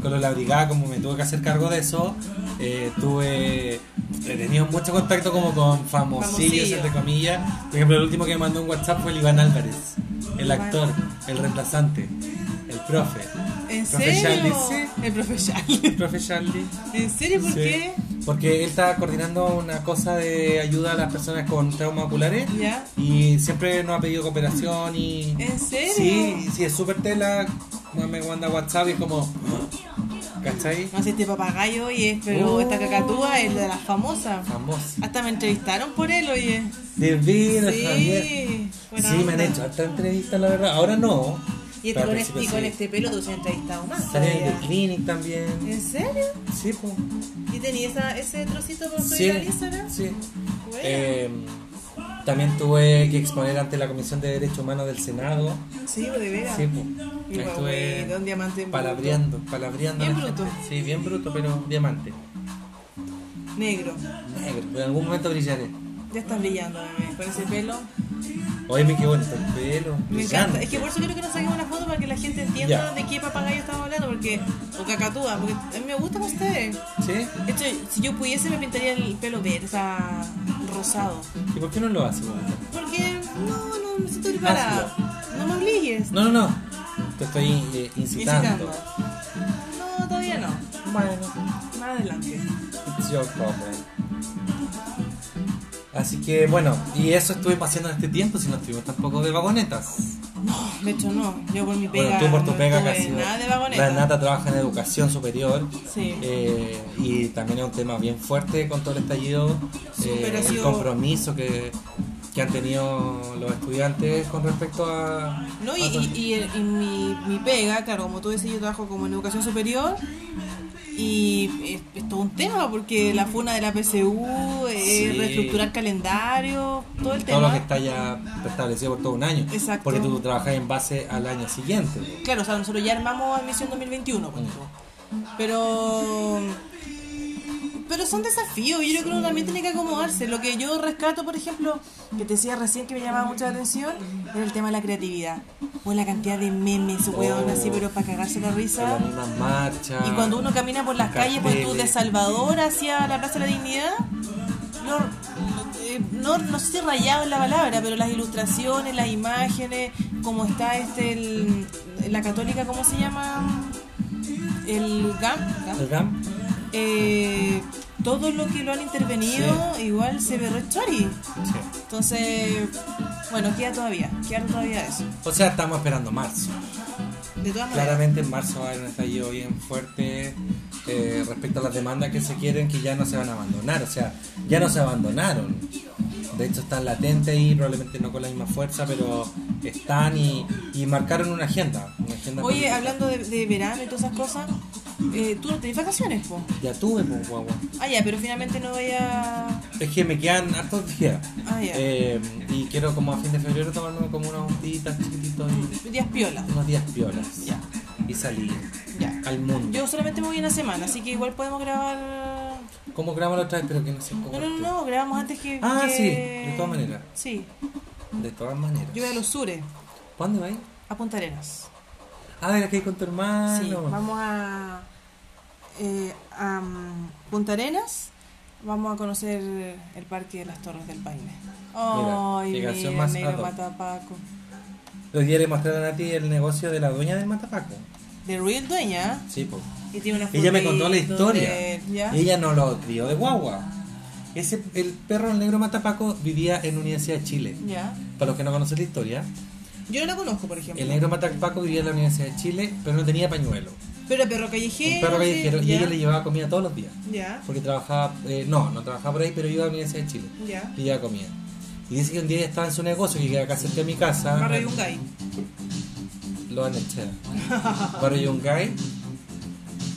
Speaker 2: con lo de la brigada, como me tuve que hacer cargo de eso, eh, tuve. He tenido mucho contacto como con famosillos,
Speaker 1: Famosillos.
Speaker 2: entre comillas. Por ejemplo, el último que me mandó un WhatsApp fue el Iván Álvarez, el
Speaker 1: Iván.
Speaker 2: actor, el reemplazante, el profe.
Speaker 1: ¿En
Speaker 2: profe Charlie,
Speaker 1: serio?
Speaker 2: sí.
Speaker 1: [laughs] El profe Charlie.
Speaker 2: El profe Charlie.
Speaker 1: [laughs] ¿En serio? ¿Por
Speaker 2: Sí.
Speaker 1: qué?
Speaker 2: Porque él estaba coordinando una cosa de ayuda a las personas con traumas oculares
Speaker 1: ¿Ya?
Speaker 2: y siempre nos ha pedido cooperación y.
Speaker 1: ¿En serio?
Speaker 2: Sí, sí, es súper tela. Me manda WhatsApp y es como. ¿Cachai?
Speaker 1: No sé, este papagayo, oye, pero
Speaker 2: Oh.
Speaker 1: esta cacatúa es la de las famosas.
Speaker 2: Famoso.
Speaker 1: Hasta me entrevistaron por él, oye.
Speaker 2: Divino, Javier.
Speaker 1: Sí, buena
Speaker 2: sí, me
Speaker 1: onda.
Speaker 2: han hecho harta entrevista, la verdad. Ahora no.
Speaker 1: Y este
Speaker 2: pero al
Speaker 1: con, este, y
Speaker 2: principio
Speaker 1: con
Speaker 2: sí.
Speaker 1: este pelo tú se has entrevistado más.
Speaker 2: Salí en
Speaker 1: todavía.
Speaker 2: The Clinic también.
Speaker 1: ¿En serio?
Speaker 2: Sí, pues.
Speaker 1: ¿Y tenía esa, ese trocito por subir
Speaker 2: Sí.
Speaker 1: al Instagram?
Speaker 2: sí.
Speaker 1: Bueno.
Speaker 2: Eh, también tuve que exponer ante la Comisión de Derechos Humanos del Senado.
Speaker 1: sí, de veras.
Speaker 2: Sí,
Speaker 1: Y
Speaker 2: pues. Ahí
Speaker 1: bueno, güey, de un diamante en
Speaker 2: palabreando, palabreando. a la
Speaker 1: Bien
Speaker 2: gente.
Speaker 1: bruto.
Speaker 2: Sí, bien bruto, pero un diamante.
Speaker 1: bruto. Negro.
Speaker 2: Negro. En algún momento brillaré.
Speaker 1: Ya estás brillando, bebé, con ese pelo.
Speaker 2: Oye, me qué bonito el pelo.
Speaker 1: Me
Speaker 2: brillante.
Speaker 1: encanta. Es que por eso creo que nos saquemos una foto para que la gente entienda
Speaker 2: Ya.
Speaker 1: de qué papagayo estamos hablando, porque. O cacatúa, porque a mí me gusta con ustedes.
Speaker 2: ¿Sí?
Speaker 1: De hecho, si yo pudiese me pintaría el pelo verde, o sea, rosado.
Speaker 2: ¿Y por qué no lo haces? Juanita?
Speaker 1: Porque no, no me siento preparada. No me obligues.
Speaker 2: No, no, no. Te estoy eh, incitando.
Speaker 1: Incitando. No, todavía no.
Speaker 2: Bueno,
Speaker 1: Más adelante.
Speaker 2: it's your problem. Así que bueno, y eso estuvimos haciendo en este tiempo, si no estuvimos tampoco de vagonetas.
Speaker 1: No, de hecho no. Oh, Yo por mi pega.
Speaker 2: bueno, tú por tu
Speaker 1: no
Speaker 2: pega
Speaker 1: tuve
Speaker 2: casi.
Speaker 1: Nada de
Speaker 2: La
Speaker 1: vagoneta.
Speaker 2: Nata trabaja en educación superior.
Speaker 1: Sí.
Speaker 2: eh, y también es un tema bien fuerte con todo el estallido.
Speaker 1: Súper
Speaker 2: eh,
Speaker 1: ha
Speaker 2: el
Speaker 1: sido-
Speaker 2: compromiso que, que han tenido los estudiantes con respecto a...
Speaker 1: No, y,
Speaker 2: a todo
Speaker 1: y- y el- y mi, mi pega, claro, como tú decías, yo trabajo como en educación superior y es, es todo un tema porque la funa de la PSU, es
Speaker 2: Sí.
Speaker 1: eh, reestructurar calendario, todo el
Speaker 2: todo lo
Speaker 1: tema.
Speaker 2: que está ya establecido por todo un año.
Speaker 1: Exacto.
Speaker 2: Porque tú trabajas en base al año siguiente. po.
Speaker 1: Claro, o sea, nosotros ya armamos admisión 2021,
Speaker 2: Mm.
Speaker 1: ponte tú. pero pero son desafíos y yo creo que también tiene que acomodarse. Lo que yo rescato, por ejemplo, que te decía recién que me llamaba mucha la atención, era el tema de la creatividad. O la cantidad de memes, weón,
Speaker 2: Oh.
Speaker 1: así, pero para cagarse la risa.
Speaker 2: Pero Las marchas.
Speaker 1: Y cuando uno camina por las calles, por tú de
Speaker 2: carteles.
Speaker 1: Salvador hacia la Plaza de la Dignidad, no, eh, no, no sé si rayado es la palabra, pero las ilustraciones, las imágenes, como está este, el- la católica, ¿cómo se llama? El GAM. GAM.
Speaker 2: El GAM.
Speaker 1: Eh, todo lo que lo han intervenido igual se ve re chori.
Speaker 2: Sí.
Speaker 1: Entonces, bueno, queda todavía, queda todavía eso.
Speaker 2: O sea, estamos esperando marzo.
Speaker 1: De todas maneras.
Speaker 2: Claramente en marzo va a haber un estallido bien fuerte eh, respecto a las demandas que se quieren, que ya no se van a abandonar. O sea, ya no se abandonaron. De hecho, están latentes y probablemente no con la misma fuerza, pero están y, y marcaron una agenda. una agenda
Speaker 1: Oye,
Speaker 2: política.
Speaker 1: hablando de, de verano y todas esas cosas, eh, tú no tenés vacaciones, po.
Speaker 2: Ya tuve, pues, guagua.
Speaker 1: Ah, ya, pero finalmente no vaya.
Speaker 2: Es que me quedan hartos días.
Speaker 1: Ah, ya.
Speaker 2: Eh, y quiero como a fin de febrero tomarme como unas juntitas chiquititos y
Speaker 1: Días piola.
Speaker 2: unos días piolas.
Speaker 1: Ya.
Speaker 2: Y salir
Speaker 1: Ya.
Speaker 2: al mundo.
Speaker 1: Yo solamente me voy una semana, así que igual podemos grabar.
Speaker 2: ¿Cómo grabamos la otra vez? Pero que no sé cómo.
Speaker 1: No, no, no, no, grabamos antes que.
Speaker 2: Ah,
Speaker 1: que-
Speaker 2: sí, de todas maneras.
Speaker 1: Sí,
Speaker 2: De todas maneras.
Speaker 1: yo voy a los sures,
Speaker 2: ¿Cuándo vais?
Speaker 1: a Punta Arenas.
Speaker 2: Ah, de la que hay con tu hermano.
Speaker 1: Sí, vamos a. eh, a mm, Punta Arenas. Vamos a conocer el Parque de las Torres del Paine. Ay,
Speaker 2: qué
Speaker 1: mira,
Speaker 2: canción más
Speaker 1: negro
Speaker 2: ad hoc.
Speaker 1: Matapaco.
Speaker 2: Hoy día le mostraron a ti el negocio de la dueña del Matapaco.
Speaker 1: De Real Dueña. ¿eh?
Speaker 2: Sí, pues.
Speaker 1: Y tiene una
Speaker 2: Ella me
Speaker 1: foto
Speaker 2: contó la
Speaker 1: ahí
Speaker 2: historia.
Speaker 1: donde- ¿Ya?
Speaker 2: Ella no lo crió de guagua. Ese, el perro, el negro Matapaco, vivía en Universidad de Chile.
Speaker 1: Ya.
Speaker 2: Para los que no conocen la historia,
Speaker 1: Yo no la conozco, por ejemplo.
Speaker 2: el negro Matapaco vivía en la Universidad de Chile, pero no tenía pañuelo.
Speaker 1: Pero el perro
Speaker 2: Un
Speaker 1: callejero.
Speaker 2: perro
Speaker 1: sí,
Speaker 2: callejero. Y
Speaker 1: ya,
Speaker 2: ella le llevaba comida todos los días.
Speaker 1: Ya,
Speaker 2: Porque trabajaba, eh, no, no trabajaba por ahí, pero iba a la Universidad de Chile.
Speaker 1: ya.
Speaker 2: Y llevaba comida. Y dice que un día ella estaba en su negocio, que queda acá cerca de mi casa.
Speaker 1: Barrio Yungay.
Speaker 2: Lo han echado. Barrio Yungay.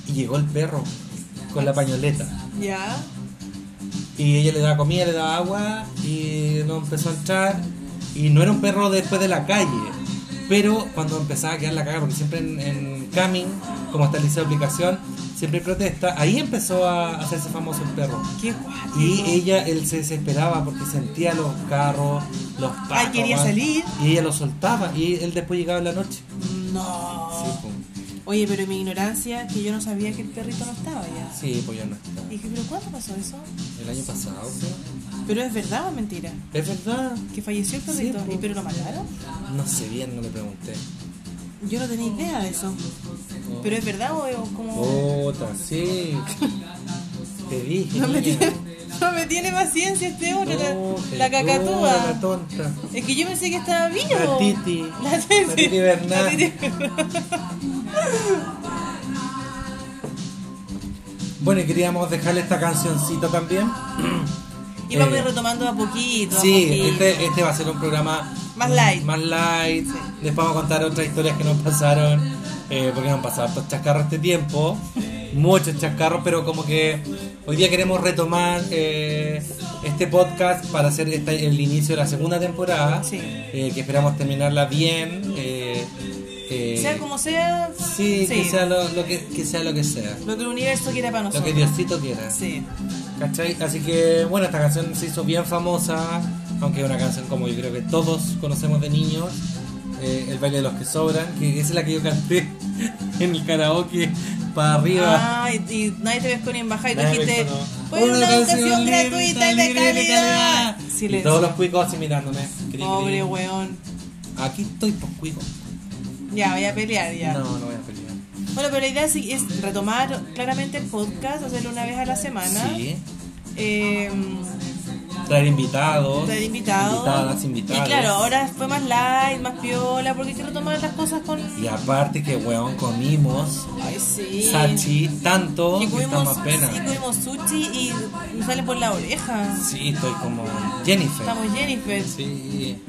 Speaker 2: Y llegó el perro con la pañoleta.
Speaker 1: Ya.
Speaker 2: Y ella le daba comida, le daba agua. Y no empezó a entrar. Y no era un perro después de la calle. Pero cuando empezaba a quedar la caga, porque siempre en, en Camin, como está el liceo de aplicación, siempre hay protesta. Ahí empezó a hacerse famoso el perro.
Speaker 1: Qué guay.
Speaker 2: Y ella, él se desesperaba porque sentía los carros, los pacos.
Speaker 1: Ay, quería
Speaker 2: weón.
Speaker 1: salir.
Speaker 2: Y ella lo soltaba. Y él después llegaba en la noche. Sí,
Speaker 1: No.
Speaker 2: pues.
Speaker 1: Oye, pero mi ignorancia, que yo no sabía que el perrito no estaba ya.
Speaker 2: Sí, pues yo no estaba.
Speaker 1: Dije, ¿pero cuándo pasó eso?
Speaker 2: El año pasado, creo.
Speaker 1: ¿Pero es verdad o mentira?
Speaker 2: Es verdad.
Speaker 1: ¿Que falleció el perrito?
Speaker 2: Sí, po.
Speaker 1: ¿Y pero lo mataron?
Speaker 2: No sé bien, no le pregunté.
Speaker 1: Yo no tenía idea de eso.
Speaker 2: Oh.
Speaker 1: ¿Pero es verdad o es como.?
Speaker 2: Puta, sí. Te
Speaker 1: [laughs]
Speaker 2: dije.
Speaker 1: No me
Speaker 2: niña.
Speaker 1: tiene, no me tiene paciencia este hombre, la-
Speaker 2: No, te
Speaker 1: la,
Speaker 2: dura,
Speaker 1: cacatúa.
Speaker 2: Oh, La tonta.
Speaker 1: Es que yo pensé que estaba vivo.
Speaker 2: La Titi.
Speaker 1: La Titi.
Speaker 2: La Titi Bernal.
Speaker 1: La Titi Bernal.
Speaker 2: Bueno, y queríamos dejarle esta cancioncita también.
Speaker 1: Y vamos a
Speaker 2: Eh,
Speaker 1: ir retomando a poquito. a
Speaker 2: Sí,
Speaker 1: poquito.
Speaker 2: este, este va a ser un programa
Speaker 1: Más light.
Speaker 2: Más light.
Speaker 1: Sí.
Speaker 2: Les vamos a contar otras historias que nos pasaron. eh, porque nos han pasado estos chascarros este tiempo. Muchos chascarros, pero como que hoy día queremos retomar eh, este podcast para hacer esta- el inicio de la segunda temporada.
Speaker 1: Sí.
Speaker 2: eh, que esperamos terminarla bien. eh, eh,
Speaker 1: Sea como sea.
Speaker 2: Sí, Que, sea lo, lo que, que sea lo que sea.
Speaker 1: Lo que el universo quiera para
Speaker 2: Lo
Speaker 1: nosotros.
Speaker 2: que Diosito quiera.
Speaker 1: Sí.
Speaker 2: ¿Cachai? Así que bueno, esta canción se hizo bien famosa, aunque es una canción como yo creo que todos conocemos de niños, eh, El baile de los que sobran, que es la que yo canté [laughs] en el karaoke para arriba.
Speaker 1: Ah, y, y nadie te pescó ni en baja y tú
Speaker 2: Nadie me
Speaker 1: dijiste.
Speaker 2: conoce.
Speaker 1: Fue una, educación
Speaker 2: libre,
Speaker 1: gratuita y de
Speaker 2: libre
Speaker 1: calidad.
Speaker 2: Y
Speaker 1: Silencio.
Speaker 2: todos los cuicos así mirándome. Cri, cri.
Speaker 1: Pobre weón.
Speaker 2: Aquí estoy por cuico.
Speaker 1: Ya, voy a pelear ya.
Speaker 2: No, no voy a pelear.
Speaker 1: Bueno, pero la idea sí es retomar claramente el podcast, hacerlo una vez a la semana.
Speaker 2: Sí.
Speaker 1: Eh,
Speaker 2: traer invitados,
Speaker 1: Traer invitados.
Speaker 2: invitadas, invitadas.
Speaker 1: Y claro, ahora fue más light, más piola, porque quiero tomar las cosas con.
Speaker 2: Y aparte que weón comimos
Speaker 1: Ay, sí.
Speaker 2: sachi tanto
Speaker 1: Y
Speaker 2: que está
Speaker 1: comimos,
Speaker 2: más pena.
Speaker 1: sí, comimos sushi y me sale por la oreja.
Speaker 2: Sí, estoy como Jennifer.
Speaker 1: Estamos Jennifer.
Speaker 2: Sí.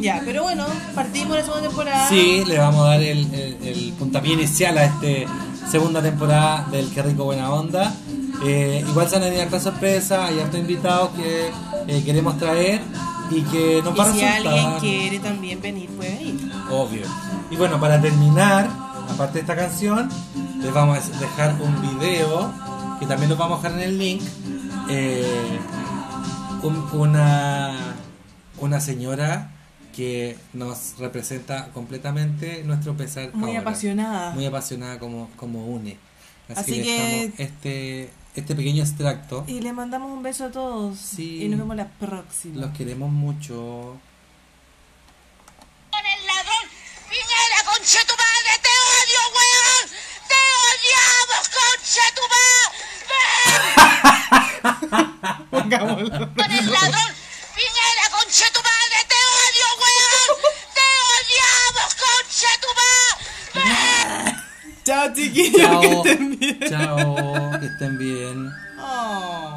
Speaker 1: Ya, pero bueno, partimos la segunda temporada.
Speaker 2: Sí, le vamos a dar el, el- el puntapié inicial a esta segunda temporada del Qué Rico Buena Onda. Eh, igual se han venido hartas sorpresas, hay hartos invitados que eh, queremos traer y que nos
Speaker 1: Y
Speaker 2: va a
Speaker 1: si
Speaker 2: resultar.
Speaker 1: alguien quiere también venir, puede venir.
Speaker 2: Obvio. Y bueno, para terminar, aparte de esta canción, les vamos a dejar un video que también lo vamos a dejar en el link. eh, un- una, una señora que nos representa completamente nuestro pesar.
Speaker 1: Muy
Speaker 2: ahora.
Speaker 1: apasionada.
Speaker 2: Muy apasionada como, como une. Así,
Speaker 1: Así
Speaker 2: que,
Speaker 1: que-
Speaker 2: dejamos este, este pequeño extracto.
Speaker 1: Y le mandamos un beso a todos.
Speaker 2: Sí.
Speaker 1: Y nos vemos la próxima.
Speaker 2: Los queremos mucho.
Speaker 3: con el ladrón. Piñera, conche tu madre, te odio, weón. Te odiamos, conche tu madre. Con el ladrón. Piñera, conche tu madre, te odio, weón. Te odiamos, conche tu madre.
Speaker 1: Chao, chiquillos.
Speaker 2: Chao.
Speaker 1: Que estén bien.
Speaker 2: Chao. Que estén bien.
Speaker 1: Oh.